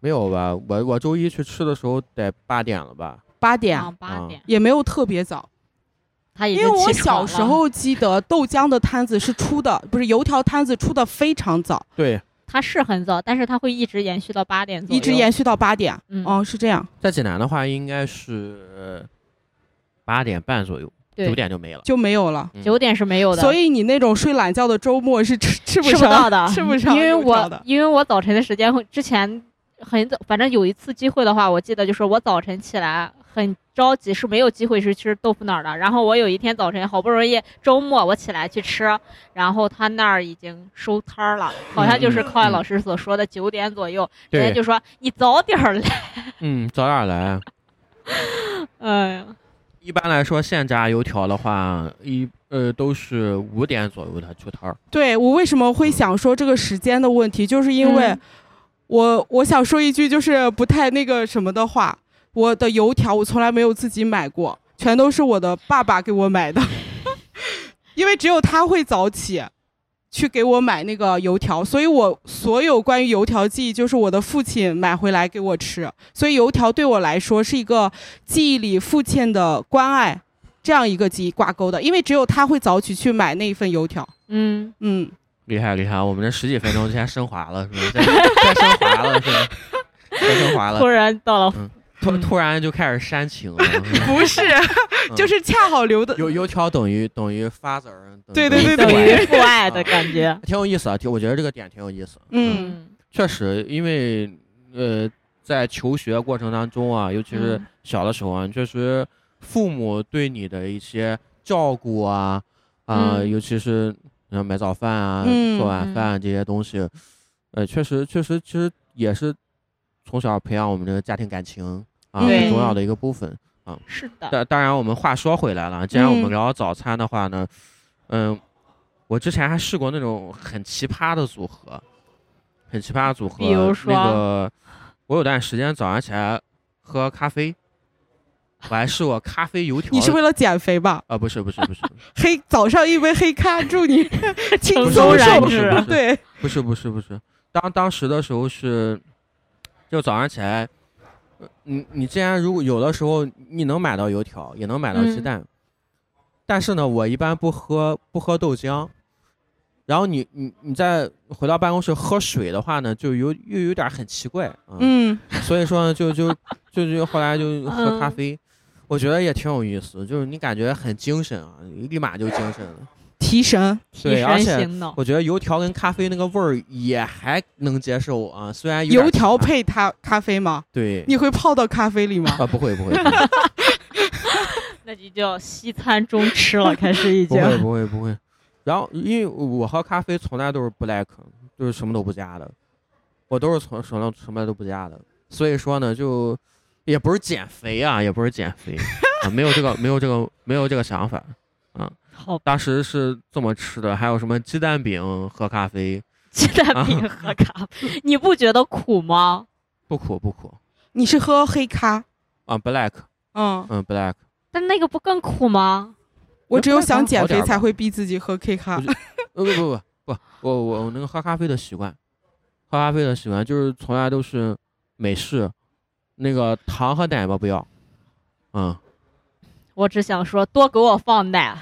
[SPEAKER 1] 没有吧？我我周一去吃的时候得八点了吧？
[SPEAKER 2] 八点、
[SPEAKER 3] 啊，八
[SPEAKER 1] 啊
[SPEAKER 3] 点，
[SPEAKER 2] 也没有特别早，
[SPEAKER 3] 他
[SPEAKER 2] 嗯
[SPEAKER 3] 已
[SPEAKER 2] 因
[SPEAKER 3] 经
[SPEAKER 2] 为我
[SPEAKER 3] 起床
[SPEAKER 2] 小
[SPEAKER 3] 了
[SPEAKER 2] 时候记得豆浆的摊子是出的，不是油条摊子出的非常早，
[SPEAKER 1] 对，
[SPEAKER 3] 他是很早，但是他会一直延续到八点左右，
[SPEAKER 2] 一直延续到八点。
[SPEAKER 3] 嗯
[SPEAKER 2] 哦，是这样，
[SPEAKER 1] 在济南的话应该是八点半左右，
[SPEAKER 3] 对
[SPEAKER 1] 九点就没了。
[SPEAKER 2] 就没有了。
[SPEAKER 1] 嗯
[SPEAKER 3] 九点是没有的，
[SPEAKER 2] 所以你那种睡懒觉的周末是吃 (laughs) 吃不
[SPEAKER 3] 吃不
[SPEAKER 2] 上
[SPEAKER 3] 到的，
[SPEAKER 2] 吃不上
[SPEAKER 3] 因为
[SPEAKER 2] 油条
[SPEAKER 3] 我
[SPEAKER 2] 的
[SPEAKER 3] 因为我早晨的时间会之前很早，反正有一次机会的话，我记得就是我早晨起来很着急，是没有机会去吃豆腐脑儿的。然后我有一天早晨好不容易周末我起来去吃，然后他那儿已经收摊儿了，好像就是
[SPEAKER 1] 嗯
[SPEAKER 3] 寇爱
[SPEAKER 1] 嗯
[SPEAKER 3] 老师所说的九点左右，人家
[SPEAKER 1] 对，
[SPEAKER 3] 哎就说你早点儿来。
[SPEAKER 1] 嗯，早点来。
[SPEAKER 3] 哎呀，
[SPEAKER 1] 一般来说，现炸油条的话，一呃都是五点左右它出摊儿。
[SPEAKER 2] 对我为什么会想说这个时间的问题，就是 (laughs) 因为
[SPEAKER 3] 嗯
[SPEAKER 2] 我我想说一句就是不太那个什么的话，我的油条我从来没有自己买过，全都是我的爸爸给我买的， (laughs) 因为只有他会早起。去给我买那个油条，所以我所有关于油条记忆就是我的父亲买回来给我吃，所以油条对我来说是一个记忆里父亲的关爱这样一个记忆挂钩的，因为只有他会早起去买那一份油条。
[SPEAKER 3] 嗯，
[SPEAKER 2] 嗯，
[SPEAKER 1] 厉害厉害，我们这十几分钟竟然升华了，是吧？再
[SPEAKER 3] (laughs)
[SPEAKER 1] 再升华了，是吧？再升华 (laughs) 了
[SPEAKER 3] 嗯突，然到了
[SPEAKER 1] 突突然就开始煽情了。
[SPEAKER 3] (laughs)
[SPEAKER 2] 不是， (laughs) 就是恰好留的。
[SPEAKER 1] 油油条等于等于 father，等于
[SPEAKER 2] 对对对
[SPEAKER 3] 等
[SPEAKER 2] 对
[SPEAKER 3] 于父爱的感觉。
[SPEAKER 1] 挺有意思啊，挺我觉得这个点挺有意思。
[SPEAKER 2] 嗯，
[SPEAKER 1] 确实，因为呃，在求学过程当中啊，尤其是
[SPEAKER 3] 嗯
[SPEAKER 1] 小的时候啊，确实父母对你的一些照顾啊，啊、
[SPEAKER 3] 嗯
[SPEAKER 1] 尤其是呃买早饭啊、
[SPEAKER 2] 嗯
[SPEAKER 1] 做晚饭这些东西，呃，确实确实其实也是从小培养我们这个家庭感情啊，
[SPEAKER 2] 对
[SPEAKER 1] 很重要的一个部分。
[SPEAKER 3] 是的，
[SPEAKER 1] 当当然，我们话说回来了，既然我们
[SPEAKER 2] 嗯
[SPEAKER 1] 聊早餐的话呢，嗯、我之前还试过那种很奇葩的组合，很奇葩的组合，
[SPEAKER 3] 比如说
[SPEAKER 1] 那个，我有段时间早上起来喝咖啡，我还试过咖啡油条，
[SPEAKER 2] 你是为了减肥吧？
[SPEAKER 1] 啊、不是不是不是
[SPEAKER 2] 黑早上一杯黑咖助你轻
[SPEAKER 3] 成
[SPEAKER 1] 松
[SPEAKER 2] 松
[SPEAKER 1] 燃
[SPEAKER 2] 瘦
[SPEAKER 1] 脂
[SPEAKER 2] 对，
[SPEAKER 1] 不是不是不是，当当时的时候是，就早上起来，呃你你既然如果有的时候你能买到油条，也能买到鸡
[SPEAKER 3] 嗯
[SPEAKER 1] 蛋，但是呢，我一般不喝不喝豆浆。然后你你你再回到办公室喝水的话呢，就有又有点很奇怪啊，
[SPEAKER 2] 嗯，
[SPEAKER 1] 所以说呢，就就就就后来就喝咖
[SPEAKER 3] 嗯
[SPEAKER 1] 啡，我觉得也挺有意思，就是你感觉很精神啊，立马就精神了。
[SPEAKER 2] 提神。
[SPEAKER 3] 提
[SPEAKER 1] 对而
[SPEAKER 3] 神
[SPEAKER 1] 且
[SPEAKER 3] 醒脑。
[SPEAKER 1] 我觉得油条跟咖啡那个味儿也还能接受啊，虽然有点
[SPEAKER 2] 油条
[SPEAKER 1] 奇葩
[SPEAKER 2] 配它咖啡吗？
[SPEAKER 1] 对，
[SPEAKER 2] 你会泡到咖啡里吗？
[SPEAKER 1] 啊不会不会
[SPEAKER 2] (laughs)
[SPEAKER 1] 不会
[SPEAKER 3] 那就叫西餐中吃了，开始已
[SPEAKER 1] 不
[SPEAKER 3] 经。
[SPEAKER 1] 会不会不会。然后因为我喝咖啡从来都是 black，就是什么都不加的，我都是从什么什么都不加的，所以说呢就也不是减肥啊，也不是减肥啊，没有这个没有这个没有这个想法。
[SPEAKER 3] 好，
[SPEAKER 1] 当时是这么吃的，还有什么鸡蛋饼喝咖啡，
[SPEAKER 3] 鸡蛋
[SPEAKER 1] 啊
[SPEAKER 3] 饼和咖啡，你不觉得苦吗？
[SPEAKER 1] 不苦不苦
[SPEAKER 2] 你是喝黑咖？
[SPEAKER 1] 啊，black，
[SPEAKER 2] 嗯，
[SPEAKER 1] 嗯 black，
[SPEAKER 3] 但那个不更苦吗？
[SPEAKER 2] 我只有想减
[SPEAKER 1] 好点
[SPEAKER 2] 肥
[SPEAKER 1] 吧
[SPEAKER 2] 才会逼自己喝黑咖
[SPEAKER 1] 我。呃不不不不，我我我那个喝咖啡的习惯，喝咖啡的习惯就是从来都是美式，那个糖和奶吧不要，嗯
[SPEAKER 3] 我只想说，多给我放奶，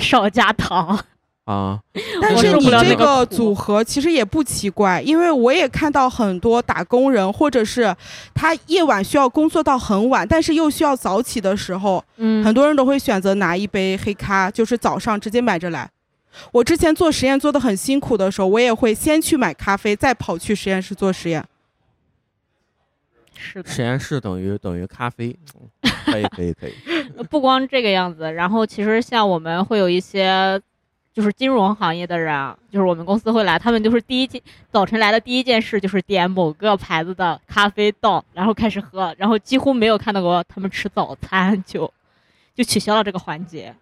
[SPEAKER 3] 少加糖。
[SPEAKER 1] 啊，
[SPEAKER 2] 但
[SPEAKER 1] 我
[SPEAKER 2] 是
[SPEAKER 1] 受
[SPEAKER 2] 你
[SPEAKER 1] 不了
[SPEAKER 2] 这
[SPEAKER 1] 那个
[SPEAKER 2] 个
[SPEAKER 3] 苦
[SPEAKER 2] 组合其实也不奇怪，因为我也看到很多打工人，或者是他夜晚需要工作到很晚，但是又需要早起的时候，
[SPEAKER 3] 嗯
[SPEAKER 2] 很多人都会选择拿一杯黑咖，就是早上直接买着来。我之前做实验做的很辛苦的时候，我也会先去买咖啡，再跑去实验室做实验。
[SPEAKER 3] 是的，
[SPEAKER 1] 实验室等于等于咖啡，嗯可以可以可以，
[SPEAKER 3] 不光这个样子，然后其实像我们会有一些。就是金融行业的人啊，就是我们公司会来，他们就是第一件早晨来的第一件事就是点某个牌子的咖啡豆，然后开始喝，然后几乎没有看到过他们吃早餐，就就取消了这个环节。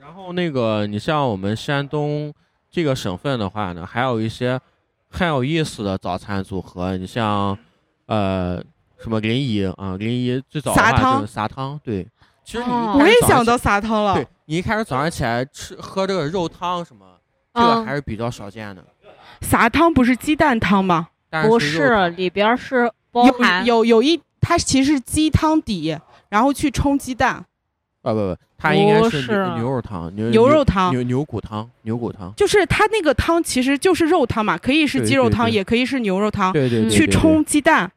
[SPEAKER 1] 然后那个你像我们山东这个省份的话呢，还有一些很有意思的早餐组合。你像，呃，什么临沂啊，临沂最早的
[SPEAKER 2] 撒
[SPEAKER 1] 话
[SPEAKER 2] 汤
[SPEAKER 1] 就是撒汤，对。其实你一
[SPEAKER 3] 哦
[SPEAKER 1] 开
[SPEAKER 2] 我
[SPEAKER 1] 始
[SPEAKER 2] 也
[SPEAKER 1] 早上
[SPEAKER 2] 想
[SPEAKER 1] 起
[SPEAKER 2] 到撒汤了
[SPEAKER 1] 对。你一开始早上起来吃喝这个肉汤什么，这个
[SPEAKER 3] 嗯
[SPEAKER 1] 还是比较少见的。
[SPEAKER 2] 撒汤不是鸡蛋汤吗？
[SPEAKER 1] 但
[SPEAKER 3] 不
[SPEAKER 1] 是肉
[SPEAKER 3] 是，啊里边儿是包含
[SPEAKER 2] 有有有一，它其实是鸡汤底，然后去冲鸡蛋，
[SPEAKER 1] 啊不不，它应该
[SPEAKER 3] 不
[SPEAKER 1] 是
[SPEAKER 3] 是
[SPEAKER 1] 牛牛肉汤，牛
[SPEAKER 2] 牛肉汤。
[SPEAKER 1] 牛牛骨汤，牛骨汤。
[SPEAKER 2] 就是它那个汤其实就是肉汤嘛，可以是
[SPEAKER 1] 对
[SPEAKER 2] 鸡肉
[SPEAKER 1] 对
[SPEAKER 2] 汤，
[SPEAKER 1] 对
[SPEAKER 2] 也可以是牛肉汤，
[SPEAKER 1] 对对对，
[SPEAKER 3] 嗯
[SPEAKER 1] 对
[SPEAKER 2] 去
[SPEAKER 1] 对
[SPEAKER 2] 冲鸡蛋，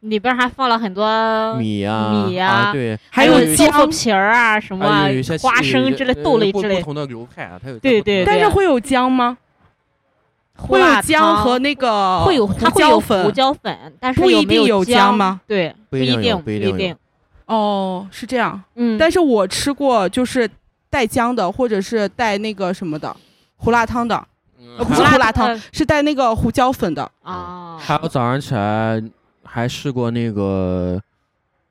[SPEAKER 3] 里边儿还放了很多
[SPEAKER 1] 米呀
[SPEAKER 3] 米
[SPEAKER 1] 啊，
[SPEAKER 3] 呀
[SPEAKER 1] 对，
[SPEAKER 2] 还
[SPEAKER 1] 有
[SPEAKER 2] 有
[SPEAKER 1] 一
[SPEAKER 3] 豆
[SPEAKER 2] 姜
[SPEAKER 3] 腐，皮儿啊，什么
[SPEAKER 1] 啊有一些
[SPEAKER 3] 花生之类、豆类之
[SPEAKER 1] 不
[SPEAKER 3] 类，
[SPEAKER 1] 同的流派啊，它有
[SPEAKER 3] 对对
[SPEAKER 2] 但是会有姜吗？会有
[SPEAKER 3] 辣
[SPEAKER 2] 姜
[SPEAKER 3] 汤
[SPEAKER 2] 和那个
[SPEAKER 3] 会有
[SPEAKER 2] 胡
[SPEAKER 3] 它会
[SPEAKER 2] 椒
[SPEAKER 3] 有
[SPEAKER 2] 粉，
[SPEAKER 3] 胡椒粉，但是
[SPEAKER 2] 不
[SPEAKER 3] 有
[SPEAKER 2] 一
[SPEAKER 3] 没
[SPEAKER 2] 定有姜
[SPEAKER 3] 姜
[SPEAKER 2] 吗？
[SPEAKER 3] 对，
[SPEAKER 1] 不一
[SPEAKER 3] 一
[SPEAKER 1] 定有
[SPEAKER 3] 定
[SPEAKER 1] 不
[SPEAKER 3] 不
[SPEAKER 1] 一定有
[SPEAKER 3] 定。
[SPEAKER 2] 哦，是这样。
[SPEAKER 3] 嗯，
[SPEAKER 2] 但是我吃过就是带姜的，或者是带那个什么的胡辣汤的，呃，不是
[SPEAKER 3] 还
[SPEAKER 2] 胡
[SPEAKER 3] 有
[SPEAKER 2] 辣汤
[SPEAKER 3] 呃，
[SPEAKER 2] 是带那个胡椒粉的。
[SPEAKER 3] 啊，
[SPEAKER 1] 嗯还有早上起来还试过那个，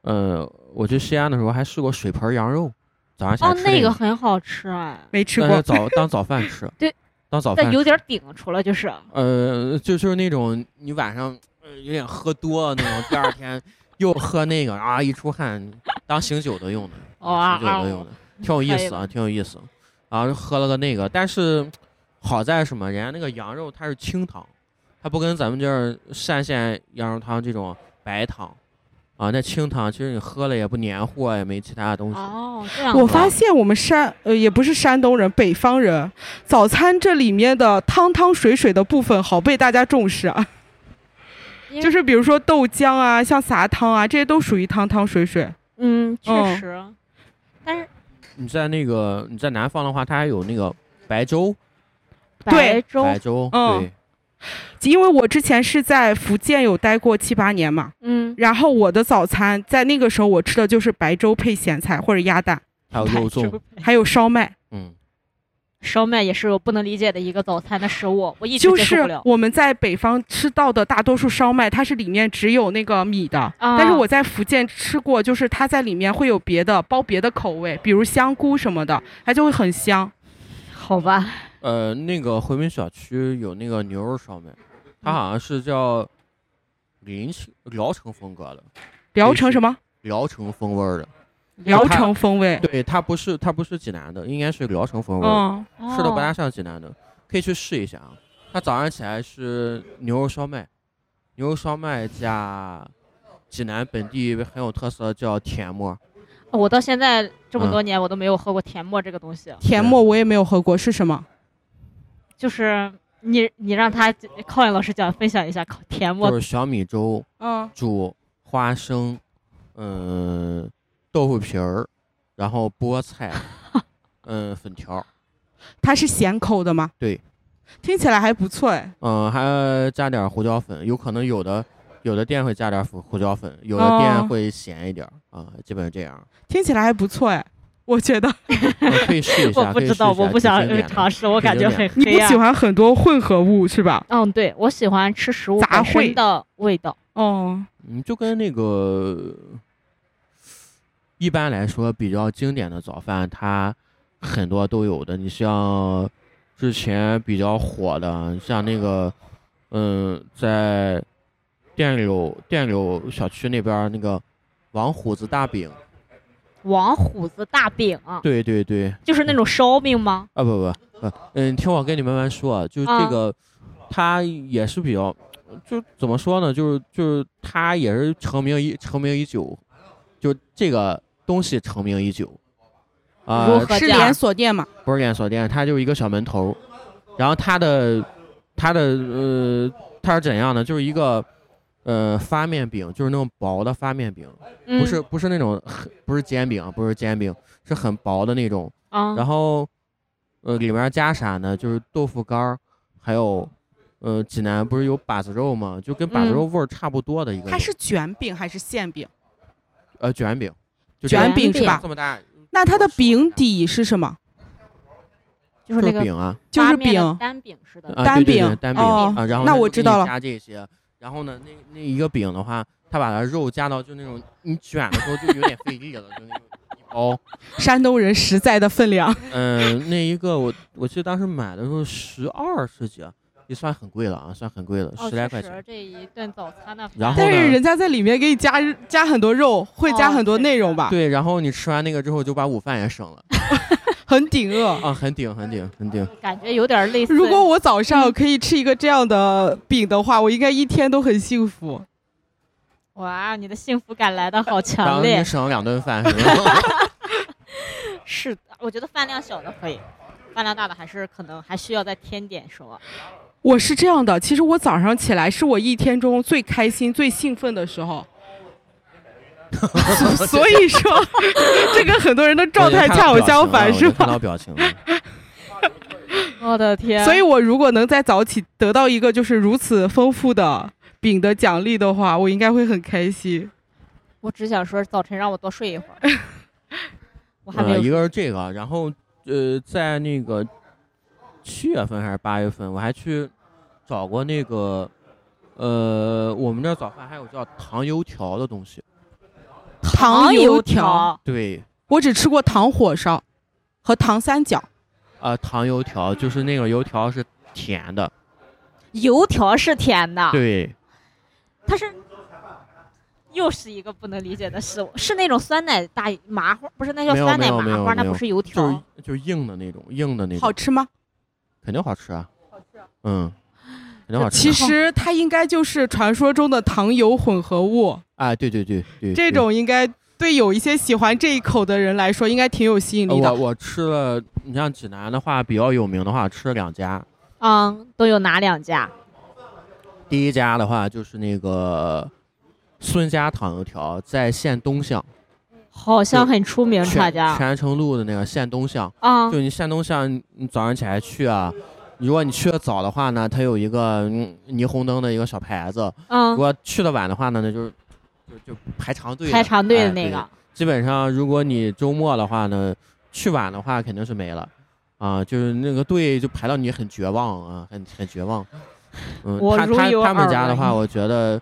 [SPEAKER 1] 呃，我去西安的时候还试过水盆羊肉，早上起来
[SPEAKER 3] 哦
[SPEAKER 1] 吃，
[SPEAKER 3] 那
[SPEAKER 1] 个
[SPEAKER 3] 个很好吃哎，
[SPEAKER 2] 没吃
[SPEAKER 1] 但是
[SPEAKER 2] 过，
[SPEAKER 1] 早当早饭吃
[SPEAKER 3] (laughs) ，对，
[SPEAKER 1] 当早
[SPEAKER 3] 但
[SPEAKER 1] 饭
[SPEAKER 3] 有
[SPEAKER 1] 吃。
[SPEAKER 3] 点顶，除了就是
[SPEAKER 1] 呃，就就是那种你晚上呃有点喝多了那种，第二
[SPEAKER 3] (laughs)
[SPEAKER 1] 天又喝那个啊，一出汗当醒酒的用的，
[SPEAKER 3] 哇哦
[SPEAKER 1] 醒酒的用的，挺有意思啊，挺有意思。然后喝了个那个，但是好在什么？人家那个羊肉它是清汤，它不跟咱们这儿单县羊肉汤这种白汤啊，那清汤其实你喝了也不黏糊，也没其他的东西。
[SPEAKER 3] 哦这样子，
[SPEAKER 2] 我发现我们山呃也不是山东人，北方人早餐这里面的汤汤水水的部分好被大家重视啊
[SPEAKER 3] 因。为
[SPEAKER 2] 就是比如说豆浆啊，像撒汤啊，这些都属于汤汤水水。
[SPEAKER 3] 嗯确
[SPEAKER 2] 嗯
[SPEAKER 3] 实，但是
[SPEAKER 1] 你在那个你在南方的话，它还有那个白粥，
[SPEAKER 3] 白粥
[SPEAKER 1] 白粥，
[SPEAKER 2] 嗯
[SPEAKER 1] 对，
[SPEAKER 2] 因为我之前是在福建有待过七八年嘛，
[SPEAKER 3] 嗯
[SPEAKER 2] 然后我的早餐在那个时候我吃的就是白粥配咸菜或者鸭蛋，
[SPEAKER 1] 还有
[SPEAKER 3] 白
[SPEAKER 1] 肉
[SPEAKER 3] 粥
[SPEAKER 1] 粽，
[SPEAKER 2] 还有烧麦。
[SPEAKER 1] 嗯。
[SPEAKER 3] 烧麦也是我不能理解的一个早餐的食物，我一直
[SPEAKER 2] 就
[SPEAKER 3] 接受不
[SPEAKER 2] 是
[SPEAKER 3] 了。
[SPEAKER 2] 我们在北方吃到的大多数烧麦，它是里面只有那个米的。
[SPEAKER 3] 啊
[SPEAKER 2] 但是我在福建吃过，就是它在里面会有别的包别的口味，比如香菇什么的，它就会很香。
[SPEAKER 3] 好吧，
[SPEAKER 1] 呃，那个回民小区有那个牛肉烧麦，它好像是叫临清聊城风格的，
[SPEAKER 2] 聊城什么？
[SPEAKER 1] 聊城风味儿的。
[SPEAKER 2] 聊
[SPEAKER 1] 它
[SPEAKER 2] 城风味。
[SPEAKER 1] 对，它不是它不是济南的，应该是聊城风味儿
[SPEAKER 2] 嗯，
[SPEAKER 1] 的，吃的不
[SPEAKER 3] 哦
[SPEAKER 1] 大像济南的，可以去试一下啊。它早上起来是牛肉烧麦，牛肉烧麦加济南本地很有特色的叫甜沫，
[SPEAKER 3] 哦我到现在这么
[SPEAKER 1] 嗯
[SPEAKER 3] 多年，我都没有喝过甜沫这个东西。
[SPEAKER 2] 甜沫我也没有喝过，是什么？
[SPEAKER 3] 就是你你让他考验老师讲分享一下考甜沫
[SPEAKER 1] 就是小米粥
[SPEAKER 2] 嗯，
[SPEAKER 1] 煮花生，嗯、豆腐皮儿，然后菠
[SPEAKER 3] (laughs)
[SPEAKER 1] 菜，嗯、粉条儿。
[SPEAKER 2] 它是咸口的吗？
[SPEAKER 1] 对，
[SPEAKER 2] 听起来还不错哎。
[SPEAKER 1] 嗯，还加点儿胡椒粉，有可能有的有的店会加点儿胡胡椒粉，有的店
[SPEAKER 2] 哦
[SPEAKER 1] 会咸一点儿啊、基本这样。
[SPEAKER 2] 听起来还不错哎，我觉
[SPEAKER 3] (laughs)
[SPEAKER 2] 得
[SPEAKER 1] 嗯可以试一下，
[SPEAKER 3] 我不
[SPEAKER 1] 可以
[SPEAKER 3] 知
[SPEAKER 1] 试
[SPEAKER 3] 道，
[SPEAKER 1] 一下
[SPEAKER 3] 我不
[SPEAKER 1] 挺
[SPEAKER 3] 想
[SPEAKER 1] 经典的
[SPEAKER 3] 尝试，我
[SPEAKER 1] 挺
[SPEAKER 3] 感
[SPEAKER 1] 经
[SPEAKER 3] 觉
[SPEAKER 1] 典
[SPEAKER 3] 很
[SPEAKER 2] 你不
[SPEAKER 3] 黑暗啊
[SPEAKER 2] 喜。欢很多混合物是吧？
[SPEAKER 3] 嗯，对，我喜欢吃食物
[SPEAKER 2] 杂
[SPEAKER 3] 本身
[SPEAKER 2] 烩
[SPEAKER 3] 的味道。
[SPEAKER 2] 哦，
[SPEAKER 1] 嗯，就跟那个一般来说比较经典的早饭，它很多都有的。你像之前比较火的，你像那个，嗯，在电柳电柳小区那边儿那个王虎子大饼，
[SPEAKER 3] 王虎子大饼啊，
[SPEAKER 1] 对对对，
[SPEAKER 3] 就是那种烧饼吗？
[SPEAKER 1] 啊不不不，嗯，听我跟你慢慢说，啊，就是这
[SPEAKER 3] 啊
[SPEAKER 1] 个，它也是比较，就怎么说呢，就是就是它也是成名已成名已久，就这个东西成名已久，啊、
[SPEAKER 3] 如何
[SPEAKER 2] 是
[SPEAKER 3] 这样
[SPEAKER 2] 连锁店嘛？
[SPEAKER 1] 不是连锁店，它就是一个小门头儿，然后它的它的呃它是怎样的，就是一个呃发面饼，就是那种薄的发面饼，
[SPEAKER 3] 嗯，
[SPEAKER 1] 不是不是那种很不是煎饼啊，不是煎饼，是很薄的那种。
[SPEAKER 2] 嗯
[SPEAKER 3] 啊，
[SPEAKER 1] 然后，呃，里面加啥呢？就是豆腐干儿，还有，呃，济南不是有把子肉吗？就跟把子
[SPEAKER 3] 嗯
[SPEAKER 1] 肉味儿差不多的一个肉，
[SPEAKER 2] 它是卷饼还是馅饼？
[SPEAKER 1] 呃卷饼，就
[SPEAKER 2] 卷
[SPEAKER 1] 这样
[SPEAKER 2] 饼是吧
[SPEAKER 1] 这么大，
[SPEAKER 2] 那它的饼底是
[SPEAKER 1] (laughs)
[SPEAKER 2] 什么？
[SPEAKER 3] 就是
[SPEAKER 1] 就
[SPEAKER 3] 那
[SPEAKER 1] 是
[SPEAKER 3] 个
[SPEAKER 1] 饼啊，
[SPEAKER 2] 就是
[SPEAKER 3] 发面的
[SPEAKER 2] 饼，
[SPEAKER 3] 单饼似的。
[SPEAKER 1] 啊对
[SPEAKER 2] 单
[SPEAKER 1] 对对
[SPEAKER 2] 饼
[SPEAKER 1] 单饼
[SPEAKER 2] 哦
[SPEAKER 1] 啊。然后
[SPEAKER 2] 那
[SPEAKER 1] 它
[SPEAKER 2] 我
[SPEAKER 1] 就
[SPEAKER 2] 知
[SPEAKER 1] 给你
[SPEAKER 2] 道了
[SPEAKER 1] 加这些，然后呢，那那一个饼的话，它把它肉加到就那种你卷的时候就有点费力了，就那种哦一包。
[SPEAKER 2] 山东人实在的分量。
[SPEAKER 1] 嗯，那一个我我记得当时买的时候十二十几，也算很贵了啊，算很贵了，
[SPEAKER 3] 哦，
[SPEAKER 1] 十来块
[SPEAKER 3] 确
[SPEAKER 1] 钱
[SPEAKER 3] 实。这一顿早餐的饭，
[SPEAKER 1] 然后
[SPEAKER 2] 但
[SPEAKER 1] 呢
[SPEAKER 2] 是人家在里面给你加加很多肉，会加
[SPEAKER 3] 哦
[SPEAKER 2] 很多内容吧？
[SPEAKER 1] 对，然后你吃完那个之后就把午饭也省了
[SPEAKER 2] 很顶饿。
[SPEAKER 1] 啊，很顶，很顶，很顶。
[SPEAKER 3] 感觉有点类似。
[SPEAKER 2] 如果我早
[SPEAKER 1] 嗯
[SPEAKER 2] 上可以吃一个这样的饼的话，我应该一天都很幸福。
[SPEAKER 3] 哇，你的幸福感来的好
[SPEAKER 1] 然
[SPEAKER 3] 强
[SPEAKER 1] 后你
[SPEAKER 3] 烈。
[SPEAKER 1] 省了两顿
[SPEAKER 2] (laughs)
[SPEAKER 1] 饭，是吧
[SPEAKER 3] 是的，我觉得饭量小的可以，饭量大的还是可能还需要再添点什么。
[SPEAKER 2] 我是这样的，其实我早上起来是我一天中最开心、最兴奋的时
[SPEAKER 1] (laughs)
[SPEAKER 2] 候。所所以说， (laughs) 这跟很多人的状态恰好相反，是
[SPEAKER 1] 我看
[SPEAKER 2] 吧？
[SPEAKER 1] 到表情了，
[SPEAKER 3] 我的天
[SPEAKER 2] 所以，我如果能在早起得到一个就是如此丰富的饼的奖励的话，我应该会很开心。
[SPEAKER 3] 我只想说早晨让我多睡一会
[SPEAKER 1] (laughs)
[SPEAKER 3] 儿。我
[SPEAKER 1] 我
[SPEAKER 3] 还
[SPEAKER 1] 看到表情呃，
[SPEAKER 3] 没有
[SPEAKER 1] 一个是这个，然后呃，在那个七月份还是八月份，我还去找过那个呃，我们那儿早饭还有叫糖油条的东西，
[SPEAKER 2] 糖
[SPEAKER 3] 油
[SPEAKER 2] 油条，，
[SPEAKER 1] 对，
[SPEAKER 2] 我只吃过糖火烧和糖三角。
[SPEAKER 1] 啊、糖油条就是那个油条是甜的，
[SPEAKER 3] 油条是甜
[SPEAKER 2] 啊
[SPEAKER 3] 的，
[SPEAKER 1] 对，
[SPEAKER 3] 它是。又是一个不能理解的事物，是那种酸奶大麻花，不是那叫
[SPEAKER 1] 没有
[SPEAKER 3] 酸奶
[SPEAKER 1] 没有
[SPEAKER 3] 麻
[SPEAKER 1] 没有
[SPEAKER 3] 花，那
[SPEAKER 1] 没有
[SPEAKER 3] 不是油条。
[SPEAKER 1] 就是就是硬的那种，硬的那
[SPEAKER 2] 好
[SPEAKER 1] 种，
[SPEAKER 2] 吃吗？
[SPEAKER 1] 肯定好吃啊，嗯，肯定好吃
[SPEAKER 2] 其
[SPEAKER 1] 啊，
[SPEAKER 2] 实它应该就是传说中的糖油混合物，
[SPEAKER 1] 啊，对对对对，
[SPEAKER 2] 这
[SPEAKER 1] 对
[SPEAKER 2] 种应该对有一些喜欢这一口的人来说，应该挺有吸引
[SPEAKER 1] 呃
[SPEAKER 2] 力
[SPEAKER 1] 我
[SPEAKER 2] 的。
[SPEAKER 1] 我吃了，你像济南的话比较有名的话，吃了两家，
[SPEAKER 3] 嗯，都有哪两家？
[SPEAKER 1] 第一家的话就是那个孙家糖油条，在县东巷，
[SPEAKER 3] 好像很出名，他
[SPEAKER 1] 全
[SPEAKER 3] 家。
[SPEAKER 1] 泉城路的那个县东巷，
[SPEAKER 3] 啊
[SPEAKER 1] 就你县东巷，你你早上起来去啊。如果你去的早的话呢，它有一个嗯霓虹灯的一个小牌子；如
[SPEAKER 3] 嗯，
[SPEAKER 1] 果去的晚的话呢，那就是就就排长队的。
[SPEAKER 3] 排长队的
[SPEAKER 1] 哎
[SPEAKER 3] 那个。
[SPEAKER 1] 基本上如果你周末的话呢，去晚的话肯定是没了，啊，就是那个队就排到你很绝望啊，很很绝望。嗯，
[SPEAKER 3] (laughs) 我
[SPEAKER 1] 他
[SPEAKER 3] 如
[SPEAKER 1] 他
[SPEAKER 3] 有
[SPEAKER 1] 他们
[SPEAKER 3] 耳
[SPEAKER 1] 家的话，
[SPEAKER 3] 闻
[SPEAKER 1] 我觉得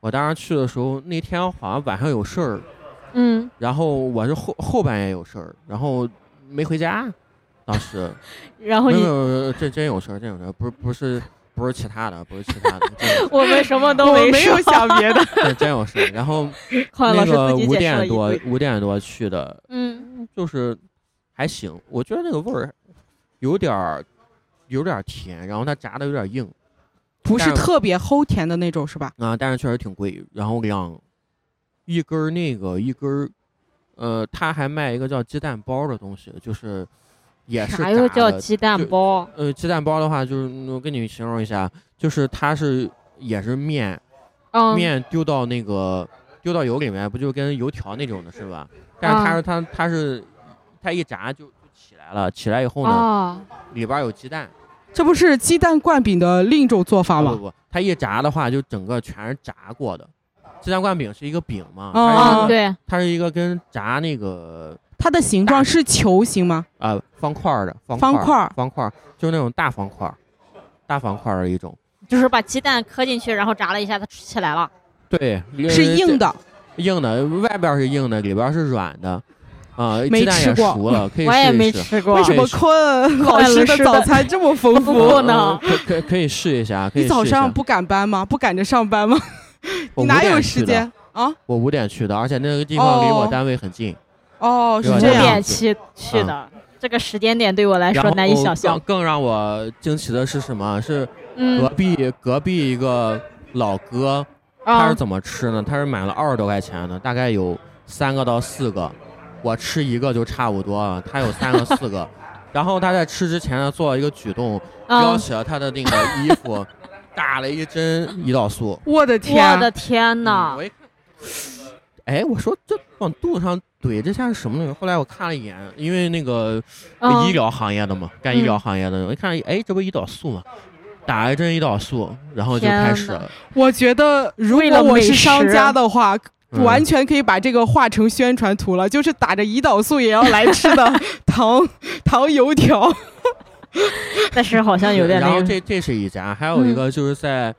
[SPEAKER 1] 我当时去的时候，那天好像晚上有事儿，
[SPEAKER 3] 嗯，
[SPEAKER 1] 然后我是后后半夜有事儿，然后没回家，当
[SPEAKER 3] (laughs)
[SPEAKER 1] 时
[SPEAKER 3] 然后
[SPEAKER 1] 没有
[SPEAKER 3] 哦你
[SPEAKER 1] 没有没有，这真有事儿，真有事儿，不是不是不是其他的，不是其他的，真有事
[SPEAKER 3] 我们什么
[SPEAKER 1] (laughs)
[SPEAKER 2] 我
[SPEAKER 3] 都没
[SPEAKER 2] 没有
[SPEAKER 3] 说，
[SPEAKER 2] 想别
[SPEAKER 3] (laughs)
[SPEAKER 2] 的，
[SPEAKER 1] 儿真有事儿。然后
[SPEAKER 3] 邝
[SPEAKER 1] 那
[SPEAKER 3] (laughs) 老师
[SPEAKER 1] 个
[SPEAKER 3] 自己
[SPEAKER 1] 五
[SPEAKER 3] 解释了
[SPEAKER 1] 点
[SPEAKER 3] 一
[SPEAKER 1] 多
[SPEAKER 3] 堆。
[SPEAKER 1] 五点多去的，
[SPEAKER 3] 嗯，
[SPEAKER 1] 就是还行，我觉得那个味儿有点儿有点儿甜，然后它炸的有点儿硬
[SPEAKER 2] 不是
[SPEAKER 1] 但是
[SPEAKER 2] 特别齁甜的那种，是吧？
[SPEAKER 1] 啊、但是确实挺贵。然后两一根儿那个一根儿，呃，他还卖一个叫鸡蛋包的东西，就是也是
[SPEAKER 3] 啥又
[SPEAKER 1] 炸
[SPEAKER 3] 叫
[SPEAKER 1] 的
[SPEAKER 3] 鸡蛋包？
[SPEAKER 1] 呃鸡蛋包的话，就是嗯我跟你形容一下，就是它是也是面
[SPEAKER 3] 嗯，
[SPEAKER 1] 面丢到那个丢到油里面，不就跟油条那种的是吧？但
[SPEAKER 3] 嗯
[SPEAKER 1] 是它是它它是它一炸就就起来了，起来以后呢。
[SPEAKER 3] 哦，
[SPEAKER 1] 里边儿有鸡蛋，啊
[SPEAKER 2] 这不是鸡蛋灌饼的另一种做法
[SPEAKER 1] 不不
[SPEAKER 2] 啊吗？
[SPEAKER 1] 不，它一炸的话就整个全是炸过的。鸡蛋灌饼是一个饼嘛，
[SPEAKER 2] 哦
[SPEAKER 1] 它是一
[SPEAKER 3] 嗯，
[SPEAKER 1] 个
[SPEAKER 3] 对，
[SPEAKER 1] 它是一个跟炸那个
[SPEAKER 2] 它的形状是球形吗？
[SPEAKER 1] 啊、呃方块儿的方
[SPEAKER 2] 方
[SPEAKER 1] 块
[SPEAKER 2] 块
[SPEAKER 1] 儿
[SPEAKER 2] 儿
[SPEAKER 1] 方块儿，就是那种大方块儿，大方块儿的一种。
[SPEAKER 3] 就是把鸡蛋磕进去，然后炸了一下，它起来了。
[SPEAKER 1] 对，
[SPEAKER 2] 是
[SPEAKER 1] 呃
[SPEAKER 2] 硬的，
[SPEAKER 1] 硬的，外边儿是硬的，里边儿是软的，啊、
[SPEAKER 2] 没
[SPEAKER 1] 鸡蛋也
[SPEAKER 2] 吃过
[SPEAKER 1] 熟了，可以
[SPEAKER 3] 我也
[SPEAKER 1] 试
[SPEAKER 3] 没
[SPEAKER 1] 一试。
[SPEAKER 3] 吃过
[SPEAKER 2] 为。什么
[SPEAKER 1] 这
[SPEAKER 2] 坤老师的早餐这么丰富
[SPEAKER 3] 不
[SPEAKER 2] 嗯
[SPEAKER 3] 过？呢
[SPEAKER 1] 呃可可可以试一下，可以
[SPEAKER 2] 你
[SPEAKER 1] 试一下。
[SPEAKER 2] 早上不赶班吗？不赶着上班吗？
[SPEAKER 1] 我
[SPEAKER 2] 你
[SPEAKER 1] 五
[SPEAKER 2] 哪
[SPEAKER 1] 点
[SPEAKER 2] 有
[SPEAKER 1] 去
[SPEAKER 2] 时
[SPEAKER 1] 的？
[SPEAKER 2] 间啊？
[SPEAKER 1] 我五点去的，而且那个地方离我
[SPEAKER 2] 哦
[SPEAKER 1] 单位很近。
[SPEAKER 2] 哦，是
[SPEAKER 1] 对
[SPEAKER 3] 五
[SPEAKER 2] 这
[SPEAKER 1] 这
[SPEAKER 2] 样
[SPEAKER 1] 样
[SPEAKER 3] 点
[SPEAKER 1] 子嗯
[SPEAKER 3] 去去的，这个时间点对我来
[SPEAKER 1] 然
[SPEAKER 3] 说
[SPEAKER 1] 后
[SPEAKER 3] 难以想象
[SPEAKER 1] 更。更让我惊奇的是什么？啊是隔
[SPEAKER 3] 嗯，
[SPEAKER 1] 壁、隔壁一个老哥，他
[SPEAKER 3] 啊
[SPEAKER 1] 是，怎么吃呢？他是买了二十多块钱的，大概有三个到四个，我吃一个就差不多了，他有三个四个。 (laughs) 然后他在吃之前呢，做了一个举动，撩
[SPEAKER 3] 嗯，
[SPEAKER 1] 起了他的那个衣服，打了一针胰岛素。
[SPEAKER 2] 我的
[SPEAKER 3] 我
[SPEAKER 2] 天！啊
[SPEAKER 3] 的啊天
[SPEAKER 1] 嗯
[SPEAKER 3] 呐
[SPEAKER 1] 我，一看，哎，我说这往肚子上怼，这下是什么东西？后来我看了一眼，因为那个
[SPEAKER 3] 嗯
[SPEAKER 1] 医疗行业的嘛，干医疗行业的，我一看，哎，这不胰岛素嘛，打了一针胰岛素，然后就
[SPEAKER 3] 天
[SPEAKER 1] 开始
[SPEAKER 3] 哪
[SPEAKER 1] 了。
[SPEAKER 2] 我觉得，如
[SPEAKER 3] 为了
[SPEAKER 2] 果我
[SPEAKER 3] 美
[SPEAKER 2] 是商
[SPEAKER 3] 食啊
[SPEAKER 2] 家的话，
[SPEAKER 1] 嗯
[SPEAKER 2] 完全可以把这个画成宣传图了，就是打着胰岛素也要来吃的 (laughs) 糖糖油条。
[SPEAKER 3] 但是好像有
[SPEAKER 1] (laughs)
[SPEAKER 3] 点
[SPEAKER 1] 然后
[SPEAKER 3] 那个，嗯
[SPEAKER 1] 这这是一家，还有一个就是在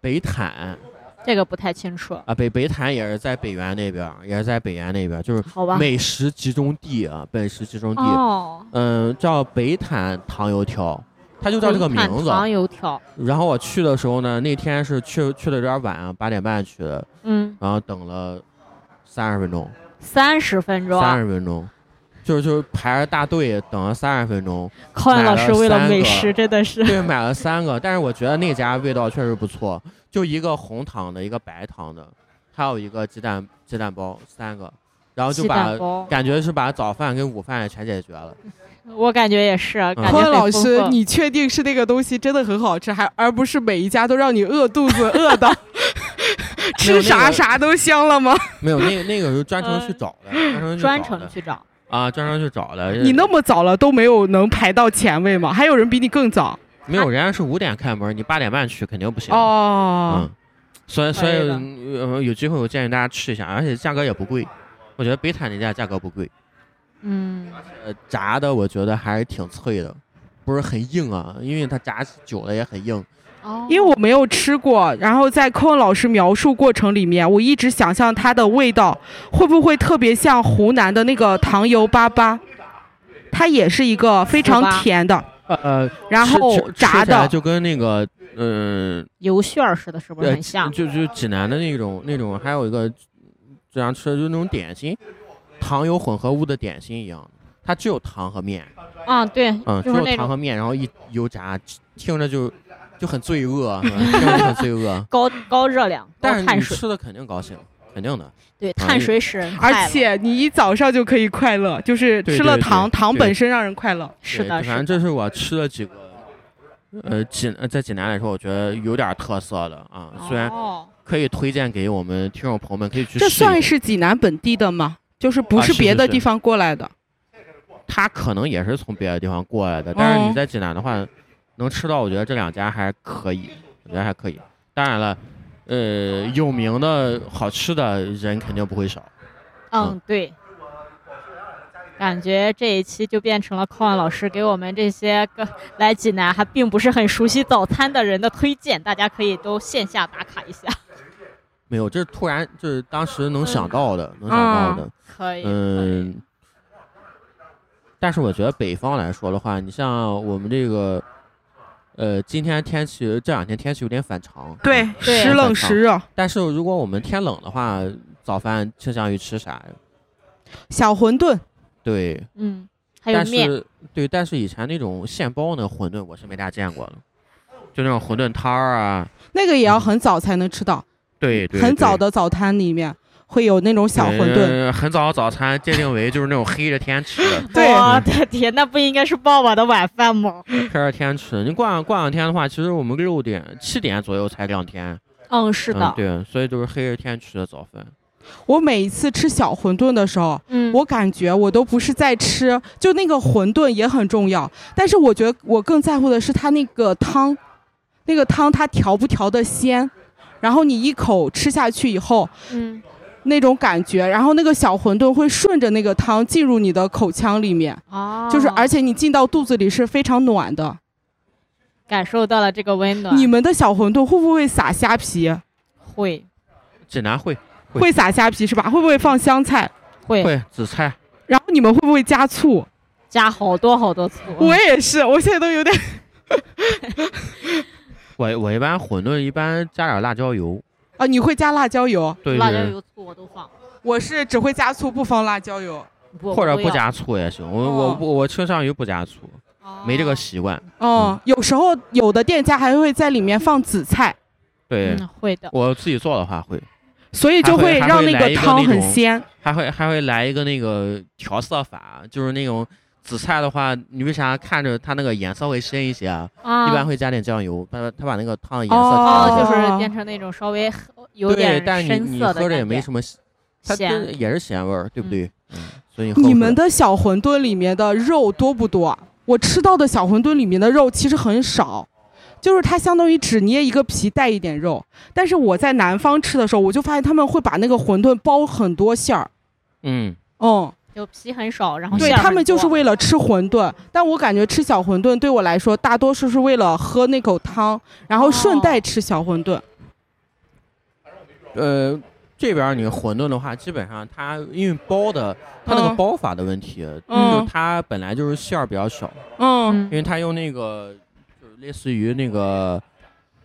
[SPEAKER 1] 北坦、
[SPEAKER 3] 这个不太清楚。
[SPEAKER 1] 啊，北北坦也是在北原那边，也是在北原那边，就是
[SPEAKER 3] 好吧。
[SPEAKER 1] 美食集中地啊，美食集中地，
[SPEAKER 3] 哦，
[SPEAKER 1] 嗯，叫北坦糖油条，它就叫这个名
[SPEAKER 3] 看
[SPEAKER 1] 字。
[SPEAKER 3] 糖油条，
[SPEAKER 1] 然后我去的时候呢，那天是去去的有点晚啊，八点半去的，
[SPEAKER 3] 嗯，
[SPEAKER 1] 然后等了三十分钟，
[SPEAKER 3] 三十分钟，啊
[SPEAKER 1] 三十分钟，就是就是排着大队等了三十分
[SPEAKER 3] (laughs)
[SPEAKER 1] 钟，
[SPEAKER 3] 考研老师为了美
[SPEAKER 1] 买了三个
[SPEAKER 3] 食真的是，
[SPEAKER 1] 对，买了三个，但是我觉得那家味道确实不错，就一个红糖的，一个白糖的，还有一个鸡蛋鸡蛋包，三个，然后就
[SPEAKER 3] 鸡
[SPEAKER 1] 把
[SPEAKER 3] 蛋包，
[SPEAKER 1] 感觉是把早饭跟午饭全解决了。
[SPEAKER 3] 我感觉也是，啊
[SPEAKER 1] 嗯
[SPEAKER 3] 感觉
[SPEAKER 2] 匡
[SPEAKER 3] 很
[SPEAKER 2] 文老
[SPEAKER 3] 丰
[SPEAKER 2] 师，
[SPEAKER 3] 富
[SPEAKER 2] 你确定是那个东西真的很好吃，还而不是每一家都让你饿肚子饿
[SPEAKER 3] (laughs)
[SPEAKER 2] 到
[SPEAKER 1] 没有那
[SPEAKER 2] 吃
[SPEAKER 1] 个
[SPEAKER 2] 啥啥都香了吗？
[SPEAKER 1] 没有，那个那个是专程去找的，专程去找的啊，
[SPEAKER 3] 嗯专程去找，
[SPEAKER 1] 专程去找的。
[SPEAKER 2] 你那么早了都没有能排到前位吗？还有人比你更早
[SPEAKER 1] 没有，人家是五点开门，你八点半去肯定不行。
[SPEAKER 2] 哦
[SPEAKER 1] 嗯，，所以所以
[SPEAKER 3] 可以的
[SPEAKER 1] 呃有机会我建议大家吃一下，而且价格也不贵，我觉得北坦那家价格不贵。
[SPEAKER 3] 嗯，
[SPEAKER 1] 呃，炸的我觉得还是挺脆的，不是很硬啊，因为它炸久了也很硬。
[SPEAKER 3] 哦，
[SPEAKER 2] 因为我没有吃过，然后在寇文老师描述过程里面，我一直想象它的味道会不会特别像湖南的那个糖油粑粑，它也是一个非常
[SPEAKER 3] 糍粑
[SPEAKER 2] 甜的，
[SPEAKER 1] 呃，
[SPEAKER 2] 然后
[SPEAKER 1] 吃吃
[SPEAKER 2] 炸
[SPEAKER 1] 吃起来
[SPEAKER 2] 的，
[SPEAKER 1] 就跟那个嗯
[SPEAKER 3] 油旋儿似的，是不是
[SPEAKER 1] 呃
[SPEAKER 3] 很像？
[SPEAKER 1] 就就济南的那种那种，还有一个这样吃的就是那种点心，糖油混合物的点心一样，它只有糖和面，
[SPEAKER 3] 啊，对，
[SPEAKER 1] 嗯，只
[SPEAKER 3] 就是
[SPEAKER 1] 有
[SPEAKER 3] 那
[SPEAKER 1] 糖和
[SPEAKER 3] 种。
[SPEAKER 1] 面，然后一油炸，听着就就很罪恶，是吧听着就很罪恶啊
[SPEAKER 3] (laughs) 高高热量、高
[SPEAKER 1] 但是
[SPEAKER 3] 碳
[SPEAKER 1] 你
[SPEAKER 3] 水，
[SPEAKER 1] 吃的肯定高兴，肯定的。
[SPEAKER 3] 对，
[SPEAKER 1] 啊
[SPEAKER 3] 碳
[SPEAKER 1] 你
[SPEAKER 3] 水使人
[SPEAKER 2] 而
[SPEAKER 3] 快乐，
[SPEAKER 2] 且你一早上就可以快乐，就是
[SPEAKER 1] 对
[SPEAKER 2] 吃了
[SPEAKER 1] 对
[SPEAKER 2] 糖，
[SPEAKER 1] 对
[SPEAKER 2] 糖
[SPEAKER 1] 对
[SPEAKER 2] 本身让人快乐。
[SPEAKER 3] 是
[SPEAKER 1] 对
[SPEAKER 3] 的，
[SPEAKER 1] 反
[SPEAKER 3] 是
[SPEAKER 1] 正
[SPEAKER 3] 的，
[SPEAKER 1] 这是我吃了几个，呃，济呃在济南来说，我觉得有点特色的啊，虽然
[SPEAKER 3] 哦，
[SPEAKER 1] 可以推荐给我们听众朋友们可以去试
[SPEAKER 2] 这
[SPEAKER 1] 一下。
[SPEAKER 2] 算是济南本地的吗？就是不
[SPEAKER 1] 啊
[SPEAKER 2] 是
[SPEAKER 1] 是
[SPEAKER 2] 别
[SPEAKER 1] 是
[SPEAKER 2] 的
[SPEAKER 1] 是
[SPEAKER 2] 地方过来的？
[SPEAKER 1] 他可能也是从别的地方过来的，但是
[SPEAKER 2] 哦
[SPEAKER 1] 你在济南的话，能吃到，我觉得这两家还可以，我觉得还可以。当然了，呃，有名的好吃的人肯定不会少。
[SPEAKER 3] 嗯，对。感觉这一期就变成了寇万老师给我们这些个来济南还并不是很熟悉早餐的人的推荐，大家可以都线下打卡一下。
[SPEAKER 1] 没有，这是突然就是当时能想到的，能想到
[SPEAKER 3] 嗯
[SPEAKER 1] 的。
[SPEAKER 3] 可以，可以
[SPEAKER 1] 嗯，但是我觉得北方来说的话，你像我们这个，呃，今天天气这两天天气有点反常，
[SPEAKER 2] 对，
[SPEAKER 3] 对
[SPEAKER 2] 时冷时热。
[SPEAKER 1] 但是如果我们天冷的话，早饭倾向于吃啥呀？
[SPEAKER 2] 小馄饨，
[SPEAKER 1] 对，
[SPEAKER 3] 嗯，还有
[SPEAKER 1] 但
[SPEAKER 3] 面，
[SPEAKER 1] 是对，但是以前那种现包的馄饨我是没大见过的，就那种馄饨摊儿啊，
[SPEAKER 2] 那个也要很早才能吃到，
[SPEAKER 1] 对，对
[SPEAKER 2] 很早
[SPEAKER 1] 对
[SPEAKER 2] 的早餐里面会有那种小馄饨。
[SPEAKER 1] 呃很早的早餐界定为就是那种黑着天吃的， (laughs)
[SPEAKER 2] 对
[SPEAKER 3] 我的天，那不应该是傍晚的晚饭吗？
[SPEAKER 1] 黑着天吃。你过两过两天的话，其实我们六点七点左右才亮天，
[SPEAKER 3] 嗯，是
[SPEAKER 1] 嗯
[SPEAKER 3] 的，，
[SPEAKER 1] 对，所以就是黑着天吃的早饭。
[SPEAKER 2] 我每一次吃小馄饨的时候，
[SPEAKER 3] 嗯，
[SPEAKER 2] 我感觉我都不是在吃，就那个馄饨也很重要，但是我觉得我更在乎的是它那个汤，那个汤它调不调的鲜，然后你一口吃下去以后
[SPEAKER 3] 嗯，
[SPEAKER 2] 那种感觉，然后那个小馄饨会顺着那个汤进入你的口腔里面，
[SPEAKER 3] 哦，
[SPEAKER 2] 就是而且你进到肚子里是非常暖的。
[SPEAKER 3] 感受到了这个温暖，
[SPEAKER 2] 你们的小馄饨会不会撒虾皮？
[SPEAKER 3] 会
[SPEAKER 1] 济南会会
[SPEAKER 2] 会撒虾皮是吧？会不会放香菜？
[SPEAKER 3] 会
[SPEAKER 1] 会紫菜，
[SPEAKER 2] 然后你们会不会加醋？
[SPEAKER 3] 加好多好多醋，
[SPEAKER 2] 我也是，我现在都有点
[SPEAKER 1] 我我一般馄饨一般加点辣椒油，
[SPEAKER 2] 啊，你会加辣椒油？
[SPEAKER 1] 对，
[SPEAKER 3] 辣
[SPEAKER 1] 对
[SPEAKER 3] 椒
[SPEAKER 1] 对
[SPEAKER 3] 油醋我都放，
[SPEAKER 2] 我是只会加醋，不放辣椒油。
[SPEAKER 3] 不
[SPEAKER 1] 或者
[SPEAKER 3] 要
[SPEAKER 1] 不加醋也行，我
[SPEAKER 2] 哦
[SPEAKER 1] 我不我倾向于不加醋，没这个
[SPEAKER 3] 哦
[SPEAKER 1] 习惯。
[SPEAKER 2] 哦，有时候有的店家还会在里面放紫菜，
[SPEAKER 1] 对
[SPEAKER 3] 嗯，会的。
[SPEAKER 1] (laughs) 我自己做的话会，
[SPEAKER 2] 所以就
[SPEAKER 1] 还会
[SPEAKER 2] 让
[SPEAKER 1] 还会
[SPEAKER 2] 那
[SPEAKER 1] 来一个
[SPEAKER 2] 汤
[SPEAKER 1] 那种
[SPEAKER 2] 很鲜。
[SPEAKER 1] 还会还会来一个那个调色法，就是那种紫菜的话，你为啥看着它那个颜色会深一些啊？
[SPEAKER 3] 啊，
[SPEAKER 1] 一般会加点酱油，它它把那个汤的颜色调
[SPEAKER 3] 哦，
[SPEAKER 1] 一
[SPEAKER 2] 哦
[SPEAKER 1] 下。
[SPEAKER 3] 就是变成那种稍微有
[SPEAKER 1] 对，
[SPEAKER 3] 点
[SPEAKER 1] 但是
[SPEAKER 3] 深
[SPEAKER 1] 你你
[SPEAKER 3] 色的
[SPEAKER 1] 喝着
[SPEAKER 3] 感
[SPEAKER 1] 也没
[SPEAKER 3] 觉
[SPEAKER 1] 什么，它
[SPEAKER 3] 咸
[SPEAKER 1] 跟也是咸味儿，对不对？嗯，所以你喝
[SPEAKER 2] 你
[SPEAKER 1] 不
[SPEAKER 2] 们
[SPEAKER 1] 出
[SPEAKER 2] 的小馄饨里面的肉多不多？啊我吃到的小馄饨里面的肉其实很少，就是它相当于只捏一个皮带一点肉。但是我在南方吃的时候，我就发现他们会把那个馄饨包很多馅儿。
[SPEAKER 1] 嗯，
[SPEAKER 2] 嗯，
[SPEAKER 3] 就皮很少，然后
[SPEAKER 2] 对
[SPEAKER 3] 馅儿
[SPEAKER 2] 他
[SPEAKER 3] 很
[SPEAKER 2] 们就是
[SPEAKER 3] 多
[SPEAKER 2] 为了吃馄饨，但我感觉吃小馄饨对我来说，大多数是为了喝那口汤，然后
[SPEAKER 3] 哦
[SPEAKER 2] 顺带吃小馄饨。
[SPEAKER 1] 呃，这边儿你馄饨的话，基本上它因为包的它那个
[SPEAKER 2] 嗯
[SPEAKER 1] 包法的问题，
[SPEAKER 2] 嗯
[SPEAKER 1] 就它本来就是馅儿比较小，
[SPEAKER 2] 嗯
[SPEAKER 1] 因为它用那个类似于那个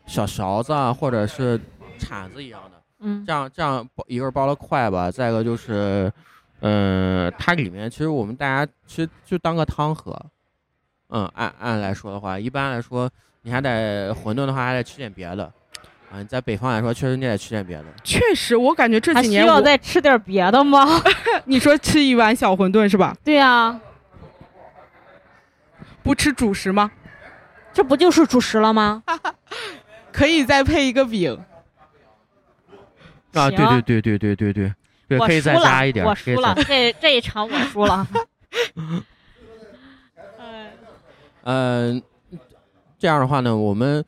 [SPEAKER 1] 小勺子啊，或者是铲子一样的。
[SPEAKER 3] 嗯
[SPEAKER 1] 这样这样包一个是包的快吧，再一个就是，嗯，它里面其实我们大家其实就当个汤喝，嗯，按按来说的话，一般来说你还得馄饨的话还得吃点别的，啊，你在北方来说确实你得吃点别的，
[SPEAKER 2] 确实，我感觉这
[SPEAKER 3] 还
[SPEAKER 2] 几
[SPEAKER 3] 需
[SPEAKER 2] 年
[SPEAKER 3] 要
[SPEAKER 2] 我
[SPEAKER 3] 再吃点别的吗？
[SPEAKER 2] 你说吃一碗小馄饨是吧？
[SPEAKER 3] 对啊，
[SPEAKER 2] 不吃主食吗？
[SPEAKER 3] 这不就是主食了吗？
[SPEAKER 2] 可以再配一个饼。
[SPEAKER 1] 啊，对
[SPEAKER 3] 行
[SPEAKER 1] 对对对对对对对，
[SPEAKER 3] 我
[SPEAKER 1] 可以
[SPEAKER 3] 输
[SPEAKER 1] 再
[SPEAKER 3] 了，
[SPEAKER 1] 加一点，
[SPEAKER 3] 我
[SPEAKER 1] 可以
[SPEAKER 3] 输了
[SPEAKER 1] 再，
[SPEAKER 3] 这这一场我
[SPEAKER 1] (laughs)
[SPEAKER 3] 输了。
[SPEAKER 1] 嗯、这样的话呢，我们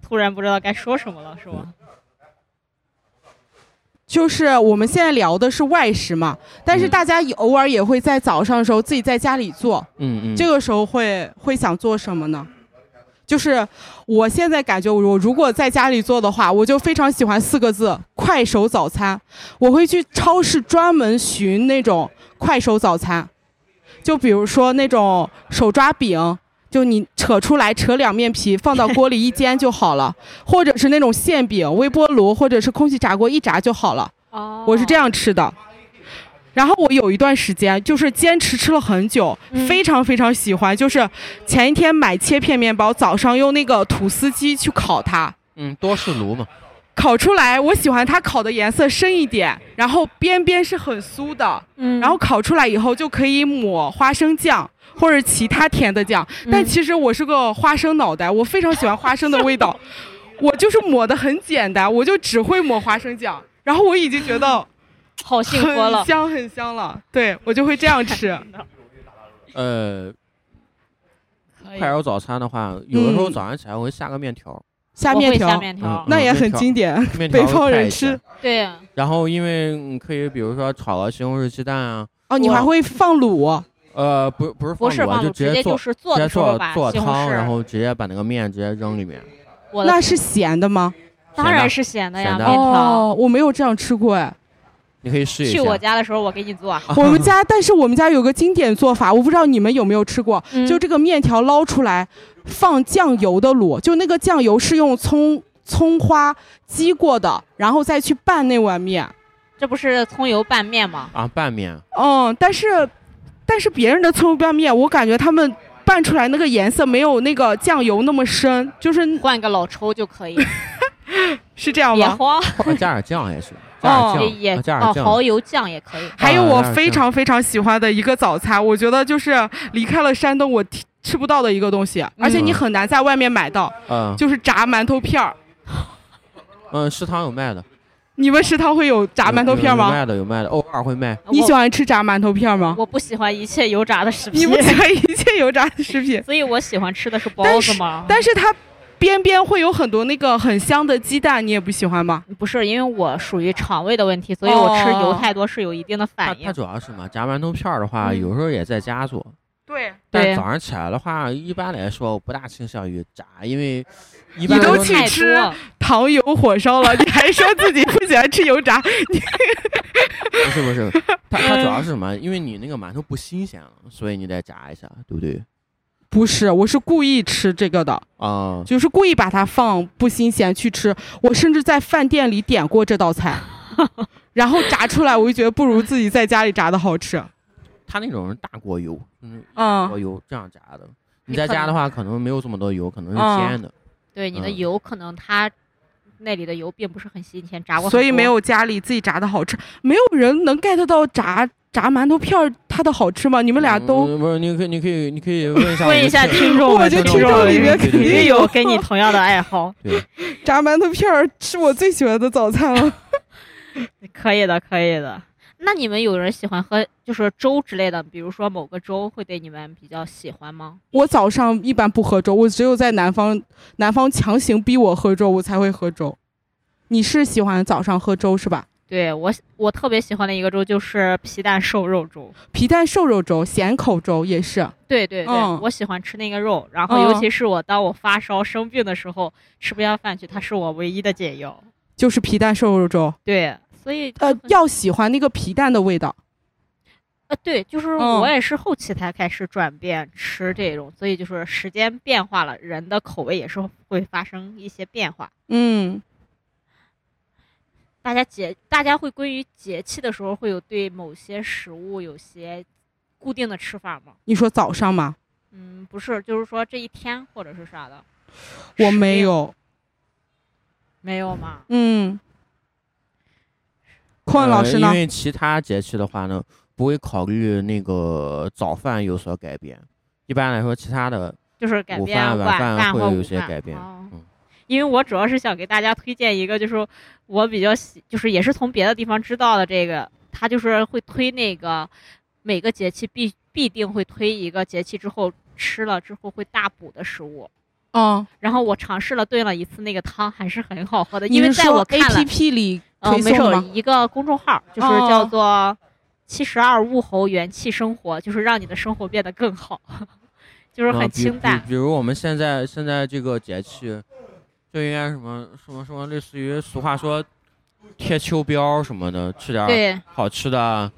[SPEAKER 3] 突然不知道该说什么了，是吗？
[SPEAKER 2] 就是我们现在聊的是外食嘛，但是
[SPEAKER 3] 嗯
[SPEAKER 2] 大家也偶尔也会在早上的时候自己在家里做，
[SPEAKER 1] 嗯嗯，
[SPEAKER 2] 这个时候会会想做什么呢？就是我现在感觉，我如果在家里做的话，我就非常喜欢四个字“快手早餐”。我会去超市专门寻那种快手早餐，就比如说那种手抓饼，就你扯出来扯两面皮，放到锅里一煎就好了，或者是那种馅饼，微波炉或者是空气炸锅一炸就好了。
[SPEAKER 3] 哦
[SPEAKER 2] 我是这，样吃的。然后我有一段时间就是坚持吃了很久，
[SPEAKER 3] 嗯
[SPEAKER 2] 非常非常喜欢。就是前一天买切片面包，早上用那个吐司机去烤它，
[SPEAKER 1] 嗯多试炉嘛，
[SPEAKER 2] 烤出来我喜欢它烤的颜色深一点，然后边边是很酥的，
[SPEAKER 3] 嗯
[SPEAKER 2] 然后烤出来以后就可以抹花生酱或者其他甜的酱。但
[SPEAKER 3] 嗯
[SPEAKER 2] 其实我是个花生脑袋，我非常喜欢花生的味
[SPEAKER 3] (laughs)
[SPEAKER 2] 道，我就是抹的很简单，我就只会抹花生酱。然后我已经觉得。
[SPEAKER 3] 好幸福了
[SPEAKER 2] 很，香很香了。对我就会这样
[SPEAKER 3] (laughs)
[SPEAKER 2] 吃。
[SPEAKER 1] 呃，
[SPEAKER 3] 可以
[SPEAKER 1] 快手早餐的话，有的时候
[SPEAKER 2] 嗯
[SPEAKER 1] 早上起来我会下个面条儿，
[SPEAKER 2] 下
[SPEAKER 3] 我
[SPEAKER 2] 面
[SPEAKER 3] 会下
[SPEAKER 2] 条，
[SPEAKER 3] 面条，
[SPEAKER 1] 嗯
[SPEAKER 2] 那也很经典。
[SPEAKER 1] 面条
[SPEAKER 3] (laughs)
[SPEAKER 2] 北
[SPEAKER 1] 会
[SPEAKER 2] 方人
[SPEAKER 1] 快一
[SPEAKER 2] 吃
[SPEAKER 1] 些
[SPEAKER 3] 对，
[SPEAKER 1] 然后因为你可以比如说炒个西红柿鸡蛋啊，
[SPEAKER 2] 哦，你还会放卤，
[SPEAKER 1] 呃，不不是
[SPEAKER 3] 不
[SPEAKER 1] 放
[SPEAKER 3] 是
[SPEAKER 1] 卤啊，
[SPEAKER 3] 放
[SPEAKER 1] 就
[SPEAKER 3] 卤，直接
[SPEAKER 1] 接
[SPEAKER 3] 就
[SPEAKER 1] 做
[SPEAKER 3] 是
[SPEAKER 1] 直
[SPEAKER 3] 做的
[SPEAKER 1] 接
[SPEAKER 3] 时候
[SPEAKER 1] 做
[SPEAKER 3] 把
[SPEAKER 1] 做
[SPEAKER 3] 西红
[SPEAKER 1] 汤，
[SPEAKER 3] 柿，
[SPEAKER 1] 然后直接把那个面直接扔里面。
[SPEAKER 3] 我的
[SPEAKER 2] 那是咸的吗？
[SPEAKER 3] 当然是咸的呀，
[SPEAKER 1] 咸的
[SPEAKER 3] 面条。
[SPEAKER 2] 哦，我没有这样吃过
[SPEAKER 3] (laughs)
[SPEAKER 2] 哎。
[SPEAKER 1] 你可以试一下。
[SPEAKER 3] 去我家的时候我给你做，
[SPEAKER 2] 我们家，但是我们家有个经典做法，我不知道你们有没有吃过，
[SPEAKER 3] 嗯
[SPEAKER 2] 就这个面条捞出来，放酱油的卤，就那个酱油是用葱葱花激过的，然后再去拌那碗面。
[SPEAKER 3] 这不是葱油拌面吗？
[SPEAKER 1] 啊，拌面，
[SPEAKER 2] 嗯，但是但是别人的葱油拌面，我感觉他们拌出来那个颜色没有那个酱油那么深，就是
[SPEAKER 3] 灌个老抽
[SPEAKER 1] (laughs)
[SPEAKER 3] 就可以，
[SPEAKER 2] 是这样
[SPEAKER 3] 别
[SPEAKER 1] 啊
[SPEAKER 2] 吗？
[SPEAKER 3] 慌，
[SPEAKER 1] 或者加点酱也行，加
[SPEAKER 2] 哦
[SPEAKER 1] 点
[SPEAKER 3] 也
[SPEAKER 1] 酱，啊加
[SPEAKER 3] 哦
[SPEAKER 1] 点
[SPEAKER 3] 蚝
[SPEAKER 1] 酱。
[SPEAKER 3] 油酱也可以。
[SPEAKER 2] 还有我
[SPEAKER 1] 啊
[SPEAKER 2] 非常非常喜欢的一个早餐，我觉得就是离开了山东我提吃不到的一个东西，而且你很难在外面买到，
[SPEAKER 1] 嗯
[SPEAKER 2] 就是炸馒头片儿。
[SPEAKER 1] 嗯，食堂有卖的。
[SPEAKER 2] 你们食堂会有炸馒头片
[SPEAKER 1] 有有
[SPEAKER 2] 儿吗？
[SPEAKER 1] 卖的有卖的，偶尔会卖。
[SPEAKER 2] (laughs) 你
[SPEAKER 3] 我
[SPEAKER 2] 喜欢吃炸馒头片儿吗？
[SPEAKER 3] 我不喜欢一切油炸的食
[SPEAKER 2] 你
[SPEAKER 3] 品
[SPEAKER 2] 不，
[SPEAKER 3] (laughs)
[SPEAKER 2] 喜欢一切油炸的食品，
[SPEAKER 3] 所以我喜欢吃的是包
[SPEAKER 2] 但
[SPEAKER 3] 子
[SPEAKER 2] 是
[SPEAKER 3] 嘛。
[SPEAKER 2] 但是它边边会有很多那个很香的鸡蛋，你也不喜欢吗？
[SPEAKER 3] 不是因为我属于肠胃的问题，所以我吃油
[SPEAKER 2] 哦
[SPEAKER 3] 太多是有一定的
[SPEAKER 1] 它
[SPEAKER 3] 反
[SPEAKER 1] 它
[SPEAKER 3] 应。
[SPEAKER 1] 主要是嘛，炸馒头片儿的话，
[SPEAKER 3] 嗯
[SPEAKER 1] 有时候也在家做，
[SPEAKER 2] 对，
[SPEAKER 1] 但
[SPEAKER 3] 对
[SPEAKER 1] 早上起来的话，一般来说我不大倾向于炸，因为一
[SPEAKER 2] 你
[SPEAKER 1] 般
[SPEAKER 2] 都
[SPEAKER 1] 来
[SPEAKER 2] 去
[SPEAKER 1] 说
[SPEAKER 3] 太多
[SPEAKER 2] 吃糖油火烧了，你还说自己不喜欢吃油炸？ (laughs)
[SPEAKER 1] 不是不是，它它主要是什么？因为你那个馒头不新鲜了，所以你得炸一下，对不对？
[SPEAKER 2] 不是，我是故意吃这个的，
[SPEAKER 1] 啊、
[SPEAKER 2] 就是故意把它放不新鲜去吃。我甚至在饭店里点过这道菜，
[SPEAKER 3] (laughs)
[SPEAKER 2] 然后炸出来，我就觉得不如自己在家里炸的好
[SPEAKER 3] (laughs)
[SPEAKER 2] 吃。
[SPEAKER 1] 它那种是大锅油，嗯，
[SPEAKER 2] 嗯
[SPEAKER 1] 锅，油这样炸的。你
[SPEAKER 3] 你
[SPEAKER 1] 在
[SPEAKER 3] 可
[SPEAKER 1] 家的
[SPEAKER 3] 能
[SPEAKER 1] 话，可能没有这么多油，可能是
[SPEAKER 2] 嗯
[SPEAKER 1] 煎的。
[SPEAKER 3] 对你的
[SPEAKER 1] 嗯
[SPEAKER 3] 油可能它那里的油并不是很新鲜，炸过很
[SPEAKER 2] 所以没
[SPEAKER 3] 多
[SPEAKER 2] 有家里自己炸的好吃，没有人能 get 到炸炸馒头片儿它的好吃吗？你
[SPEAKER 1] 你
[SPEAKER 2] 们俩都。
[SPEAKER 1] 嗯不是？你可以，你可以，你可以问一下我
[SPEAKER 3] 问
[SPEAKER 1] 们
[SPEAKER 3] 一下
[SPEAKER 1] 这
[SPEAKER 3] 听众
[SPEAKER 2] 我
[SPEAKER 3] 们，
[SPEAKER 2] 觉得
[SPEAKER 1] 听众里面
[SPEAKER 2] 肯
[SPEAKER 1] 定
[SPEAKER 3] 也
[SPEAKER 2] 有
[SPEAKER 3] 有跟你同样的爱好，
[SPEAKER 2] 炸馒头片儿是我最喜欢的早餐
[SPEAKER 3] (laughs)
[SPEAKER 2] 了。
[SPEAKER 3] 可以的，可以的。那你们有人喜欢喝就是粥之类的，比如说某个粥会对你们比较喜欢吗？
[SPEAKER 2] 我早上一般不喝粥，我只有在南方，南方强行逼我喝粥，我才会喝粥。你是喜欢早上喝粥是吧？
[SPEAKER 3] 对我喜，我特别喜欢的一个粥就是皮蛋瘦肉粥。
[SPEAKER 2] 皮蛋瘦肉粥、咸口粥也是。
[SPEAKER 3] 对对对，
[SPEAKER 2] 嗯
[SPEAKER 3] 我喜欢吃那个肉，然后尤
[SPEAKER 2] 嗯
[SPEAKER 3] 其是我当我发烧生病的时候，吃不下饭去，它是我唯一的解药。
[SPEAKER 2] 就是皮蛋瘦肉粥，呃嗯
[SPEAKER 3] 对，所以
[SPEAKER 2] 呃，要喜欢那个皮蛋的味道，
[SPEAKER 3] 呃，对，就是
[SPEAKER 2] 嗯
[SPEAKER 3] 我也是后期才开始转变吃这种，所以就是时间变化了，人的口味也是会发生一些变化。
[SPEAKER 2] 嗯
[SPEAKER 3] 大家节，大家会归于节气的时候，会有对某些食物有些固定的吃法吗？
[SPEAKER 2] 你说早上吗？
[SPEAKER 3] 嗯，不是，就是说这一天或者是啥的。
[SPEAKER 2] 我
[SPEAKER 3] 时
[SPEAKER 2] 没
[SPEAKER 3] 令，
[SPEAKER 2] 有，
[SPEAKER 3] 没有吗？
[SPEAKER 2] 嗯。寇文
[SPEAKER 1] 呃
[SPEAKER 2] 老师呢
[SPEAKER 1] 因？为其他节气的话呢，不会考虑那个早饭有所改变。一般来说，其他的
[SPEAKER 3] 就是改
[SPEAKER 1] 午
[SPEAKER 3] 变
[SPEAKER 1] 饭、晚
[SPEAKER 3] 晚饭
[SPEAKER 1] 会
[SPEAKER 3] 和
[SPEAKER 1] 有
[SPEAKER 3] 午
[SPEAKER 1] 些
[SPEAKER 3] 饭
[SPEAKER 1] 改变。
[SPEAKER 3] 哦
[SPEAKER 1] 嗯，
[SPEAKER 3] 因为我主要是想给大家推荐一个，就是我比较喜，就是也是从别的地方知道的这个，他就是会推那个每个节气必必定会推一个节气之后吃了之后会大补的食物。
[SPEAKER 2] 嗯，
[SPEAKER 3] 然后我尝试了炖了一次那个汤，还是很好喝的，
[SPEAKER 2] 你
[SPEAKER 3] 因为
[SPEAKER 2] 哦是
[SPEAKER 3] 在
[SPEAKER 2] 说
[SPEAKER 3] 我看了
[SPEAKER 2] A P，P 里
[SPEAKER 3] 呃，
[SPEAKER 2] 推
[SPEAKER 3] 没
[SPEAKER 2] 送
[SPEAKER 3] 有
[SPEAKER 2] 的吗？
[SPEAKER 3] 一个公众号，就是
[SPEAKER 2] 哦
[SPEAKER 3] 叫做“七十二物候元气生活”，就是让你的生活变得更好， (laughs) 就是
[SPEAKER 1] 啊比
[SPEAKER 3] 很清淡
[SPEAKER 1] 比。比如我们现在现在这个节气，就应该什么什么什么，类似于俗话说贴秋膘什么的，吃点儿
[SPEAKER 3] 对，
[SPEAKER 1] 好吃的，啊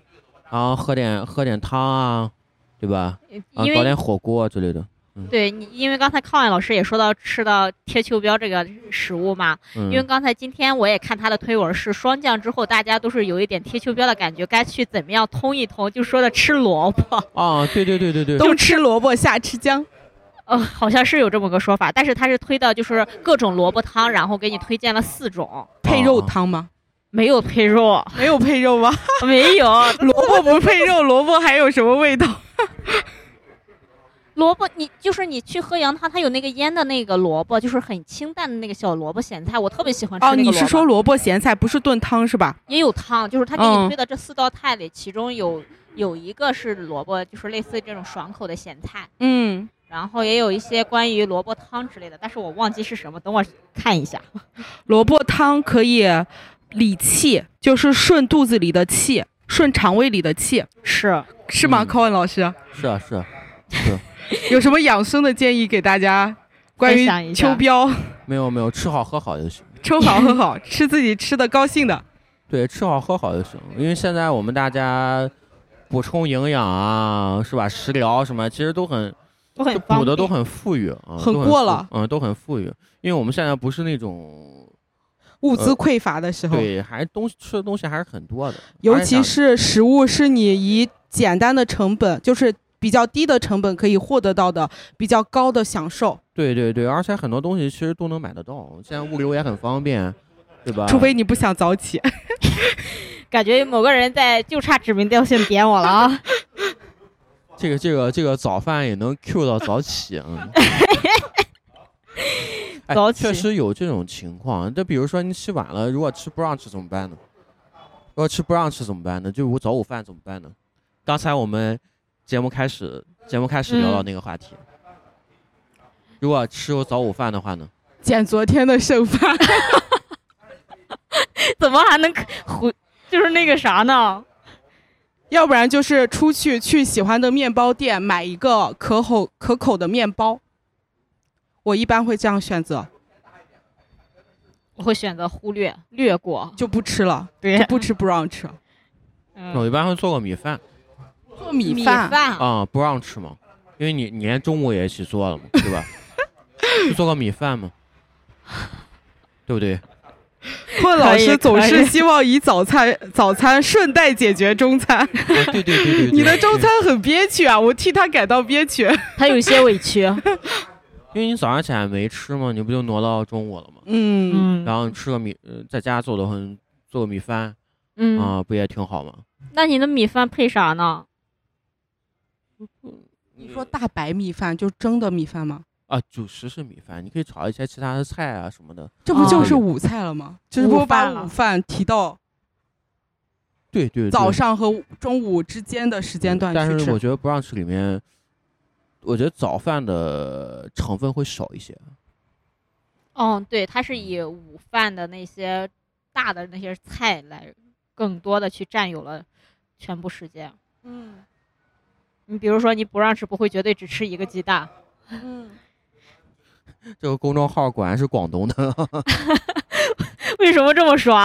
[SPEAKER 1] 然后喝点喝点汤啊，对吧？啊，
[SPEAKER 3] 因
[SPEAKER 1] 搞
[SPEAKER 3] 为
[SPEAKER 1] 点火锅之类的。
[SPEAKER 3] 对你，因为刚才康远老师也说到吃到贴秋膘这个食物嘛，
[SPEAKER 1] 嗯
[SPEAKER 3] 因为刚才今天我也看他的推文是霜降之后，大家都是有一点贴秋膘的感觉，该去怎么样通一通，就说的吃萝卜，
[SPEAKER 1] 啊，对对对对对，
[SPEAKER 2] 冬吃萝卜，夏吃姜。
[SPEAKER 3] 呃，好像是有这么个说法，但是他是推到就是各种萝卜汤，然后给你推荐了四种，
[SPEAKER 2] (laughs) 配肉
[SPEAKER 1] 啊
[SPEAKER 2] 汤吗？
[SPEAKER 3] 没有配肉，
[SPEAKER 2] 哦没有配肉吗？
[SPEAKER 3] 没有
[SPEAKER 2] (laughs) 萝卜不配肉，萝卜还有什么味道？
[SPEAKER 3] 萝卜，你就是你去喝羊汤，它有那个腌的那个萝卜，就是很清淡的那个小萝卜咸菜，我特别喜欢吃那
[SPEAKER 2] 哦，
[SPEAKER 3] 个萝
[SPEAKER 2] 你
[SPEAKER 3] 卜。
[SPEAKER 2] 是说萝卜咸菜，不是炖汤是吧？
[SPEAKER 3] 也有汤，就是他给
[SPEAKER 2] 嗯
[SPEAKER 3] 你推的这四道菜里，其中有有一个是萝卜，就是类似于这种爽口的咸菜，
[SPEAKER 2] 嗯，
[SPEAKER 3] 然后也有一些关于萝卜汤之类的，但是我忘记是什么，等我看一下。
[SPEAKER 2] 萝卜汤可以理气，就是顺肚子里的气，顺肠胃里的气，
[SPEAKER 3] 是，
[SPEAKER 2] 是吗？
[SPEAKER 1] 嗯
[SPEAKER 2] 寇文老师
[SPEAKER 1] 是啊是啊，
[SPEAKER 3] (laughs)
[SPEAKER 2] 有什么养生的建议给大家？关于
[SPEAKER 3] 分享一
[SPEAKER 2] 秋
[SPEAKER 3] 下
[SPEAKER 2] 膘，
[SPEAKER 1] 没有没有，吃好喝好就行。
[SPEAKER 2] 吃好喝好，吃自己吃的高兴的。
[SPEAKER 1] 对，吃好喝好就行。因为现在我们大家补充营养啊，是吧？食疗什么，其实都很
[SPEAKER 3] 都很
[SPEAKER 1] 就
[SPEAKER 3] 方
[SPEAKER 1] 补的
[SPEAKER 3] 便
[SPEAKER 1] 都很富裕啊，
[SPEAKER 2] 很
[SPEAKER 1] 都
[SPEAKER 2] 过
[SPEAKER 1] 富
[SPEAKER 2] 了
[SPEAKER 1] 嗯，都很富裕。因为我们现在不是那种
[SPEAKER 2] 物
[SPEAKER 3] 哦
[SPEAKER 2] 资匮乏的时候，
[SPEAKER 1] 对，还是东西吃的东西还是很多的，
[SPEAKER 2] 尤
[SPEAKER 1] 还
[SPEAKER 2] 其
[SPEAKER 1] 想
[SPEAKER 2] 是食物是你以简单的成本，就是比较低的成本可以获得到的比较高的享受，
[SPEAKER 1] 对对对，而且很多东西其实都能买得到，现在物流也很方便，对
[SPEAKER 3] 啊
[SPEAKER 1] 吧？
[SPEAKER 2] 除非你不想早起。 (laughs)
[SPEAKER 3] 感觉某个人在就差指名道姓点我了啊！ (laughs)
[SPEAKER 1] 这个这个这个早饭也能 Q 到早起，
[SPEAKER 3] (laughs)
[SPEAKER 1] 嗯。哎
[SPEAKER 3] 早
[SPEAKER 1] 确
[SPEAKER 3] 起
[SPEAKER 1] 实有这种情况。那比如说你起晚了，如果吃 brunch 怎么办呢？如果吃 brunch 怎么办呢？就我早午饭怎么办呢？刚才我们节目开始，节目开始聊到
[SPEAKER 3] 嗯
[SPEAKER 1] 那个话题。如果吃早午饭的话呢？
[SPEAKER 2] 捡昨天的剩饭， (laughs)
[SPEAKER 3] 怎么还能回？就是那个啥呢？
[SPEAKER 2] 要不然就是出去去喜欢的面包店买一个可口可口的面包。我一般会这样选择，
[SPEAKER 3] 我会选择忽略、略过。
[SPEAKER 2] 就不吃了，
[SPEAKER 3] 对，
[SPEAKER 2] 不吃 brunch，
[SPEAKER 1] 我
[SPEAKER 3] 嗯、
[SPEAKER 1] 一般会做个米饭
[SPEAKER 2] 做米
[SPEAKER 3] 米
[SPEAKER 2] 饭。
[SPEAKER 3] 饭
[SPEAKER 1] 哦啊、不让吃嘛，因为你你连中午也一起做了嘛，对吧？ (laughs) 就做个米饭嘛，对不对？
[SPEAKER 2] (laughs) 坤老
[SPEAKER 3] 可
[SPEAKER 2] 师
[SPEAKER 3] 以
[SPEAKER 2] 总
[SPEAKER 3] 可
[SPEAKER 2] 是
[SPEAKER 3] 以
[SPEAKER 2] 希望以早餐 (laughs) 早餐顺带解决中餐，
[SPEAKER 1] 啊对对对对，
[SPEAKER 2] 你的
[SPEAKER 1] 对
[SPEAKER 2] 中餐，很憋屈啊，我替他感到憋屈。
[SPEAKER 3] 他有一些
[SPEAKER 1] (laughs)
[SPEAKER 3] 委屈。
[SPEAKER 1] 对因为你早上起来没吃嘛，你不就挪到中午了吗？
[SPEAKER 2] 嗯，
[SPEAKER 3] 嗯
[SPEAKER 1] 然后你吃个米，呃在家做的很做个米饭啊、
[SPEAKER 3] 嗯，
[SPEAKER 1] 不也挺好吗？
[SPEAKER 3] 那你的米饭配啥呢？
[SPEAKER 2] 你说大白米饭就蒸的米饭吗？
[SPEAKER 1] 啊，主食是米饭，你可以炒一些其他的菜啊什么的。
[SPEAKER 2] 这不就
[SPEAKER 1] 哦
[SPEAKER 2] 是午菜了吗？只
[SPEAKER 3] 午
[SPEAKER 2] 不过把
[SPEAKER 3] 饭了
[SPEAKER 2] 午饭提到
[SPEAKER 1] 对对对，
[SPEAKER 2] 早上和中午之间的时间段
[SPEAKER 1] 但
[SPEAKER 2] 去
[SPEAKER 1] 是我
[SPEAKER 2] 吃。
[SPEAKER 1] 觉得不让吃里面，我觉得早饭的成分会少一些。
[SPEAKER 3] 嗯，对，它是以午饭的那些大的那些菜来，更多的去占有了全部时间。
[SPEAKER 2] 嗯
[SPEAKER 3] 你比如说，你不让吃，不会绝对只吃一个鸡蛋。 (laughs)
[SPEAKER 2] 嗯，
[SPEAKER 1] 这个公众号果然是广东的，
[SPEAKER 3] 为什么这么说？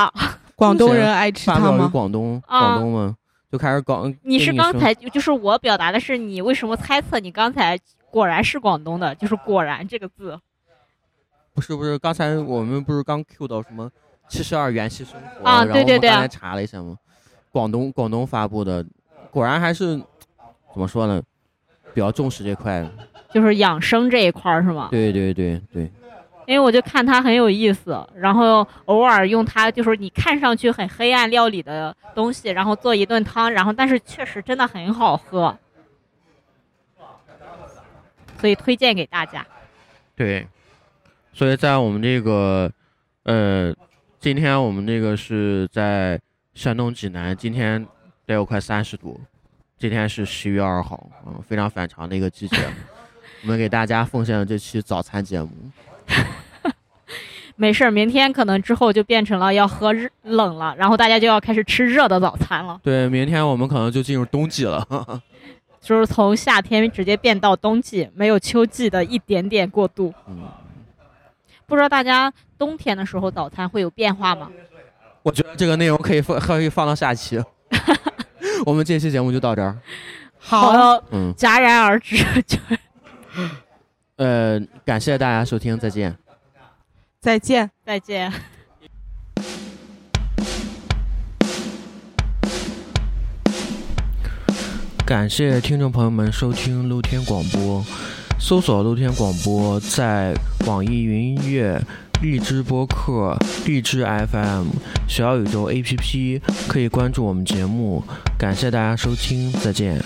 [SPEAKER 2] 广东人爱吃
[SPEAKER 1] 发
[SPEAKER 2] 汤
[SPEAKER 1] 表于
[SPEAKER 2] 吗？
[SPEAKER 1] 广东，
[SPEAKER 3] 啊
[SPEAKER 1] 广东吗？就开始搞。
[SPEAKER 3] 你
[SPEAKER 1] 跟
[SPEAKER 3] 是
[SPEAKER 1] 你
[SPEAKER 3] 刚
[SPEAKER 1] 说
[SPEAKER 3] 才就是我表达的是你为什么猜测你刚才果然是广东的，就是“果然”这个字。
[SPEAKER 1] 不是不是，刚才我们不是刚 Q 到什么七十二元系生活，
[SPEAKER 3] 啊
[SPEAKER 1] 然后
[SPEAKER 3] 对
[SPEAKER 1] 我
[SPEAKER 3] 对
[SPEAKER 1] 们
[SPEAKER 3] 对
[SPEAKER 1] 刚
[SPEAKER 3] 啊
[SPEAKER 1] 才查了一下嘛，广东广东发布的，果然还是怎么说呢，比较重视这块。
[SPEAKER 3] 就是养生这一块儿是吗？
[SPEAKER 1] 对对对对，
[SPEAKER 3] 因为我就看它很有意思，然后偶尔用它，就是你看上去很黑暗料理的东西，然后做一顿汤，然后但是确实真的很好喝，所以推荐给大家。
[SPEAKER 1] 对，所以在我们这个，呃，今天我们这个是在山东济南，今天得有快三十度，今天是十一月二号，嗯，非常反常的一个 (laughs) 季节，我们给大家奉献了这期早餐节目，
[SPEAKER 3] 没事儿，明天可能之后就变成了要喝热冷了，然后大家就要开始吃热的早餐了，
[SPEAKER 1] 对，明天我们可能就进入冬季了，
[SPEAKER 3] 就是从夏天直接变到冬季，没有秋季的一点点过渡。
[SPEAKER 1] 嗯，
[SPEAKER 3] 不知道大家冬天的时候早餐会有变化吗？
[SPEAKER 1] (laughs) 我觉得这个内容可以放，可以放到下 (laughs) 期，我们这期节目就到这儿，
[SPEAKER 2] 好，
[SPEAKER 3] 的，
[SPEAKER 1] 嗯，
[SPEAKER 3] 呃戛然而止，就
[SPEAKER 1] 呃，感谢大家收听，再见。
[SPEAKER 2] 再见。
[SPEAKER 3] 再见。
[SPEAKER 1] 感谢听众朋友们收听露天广播，搜索露天广播在网易云音乐、荔枝播客、荔枝 FM、小宇宙 APP 可以关注我们节目。感谢大家收听，再见。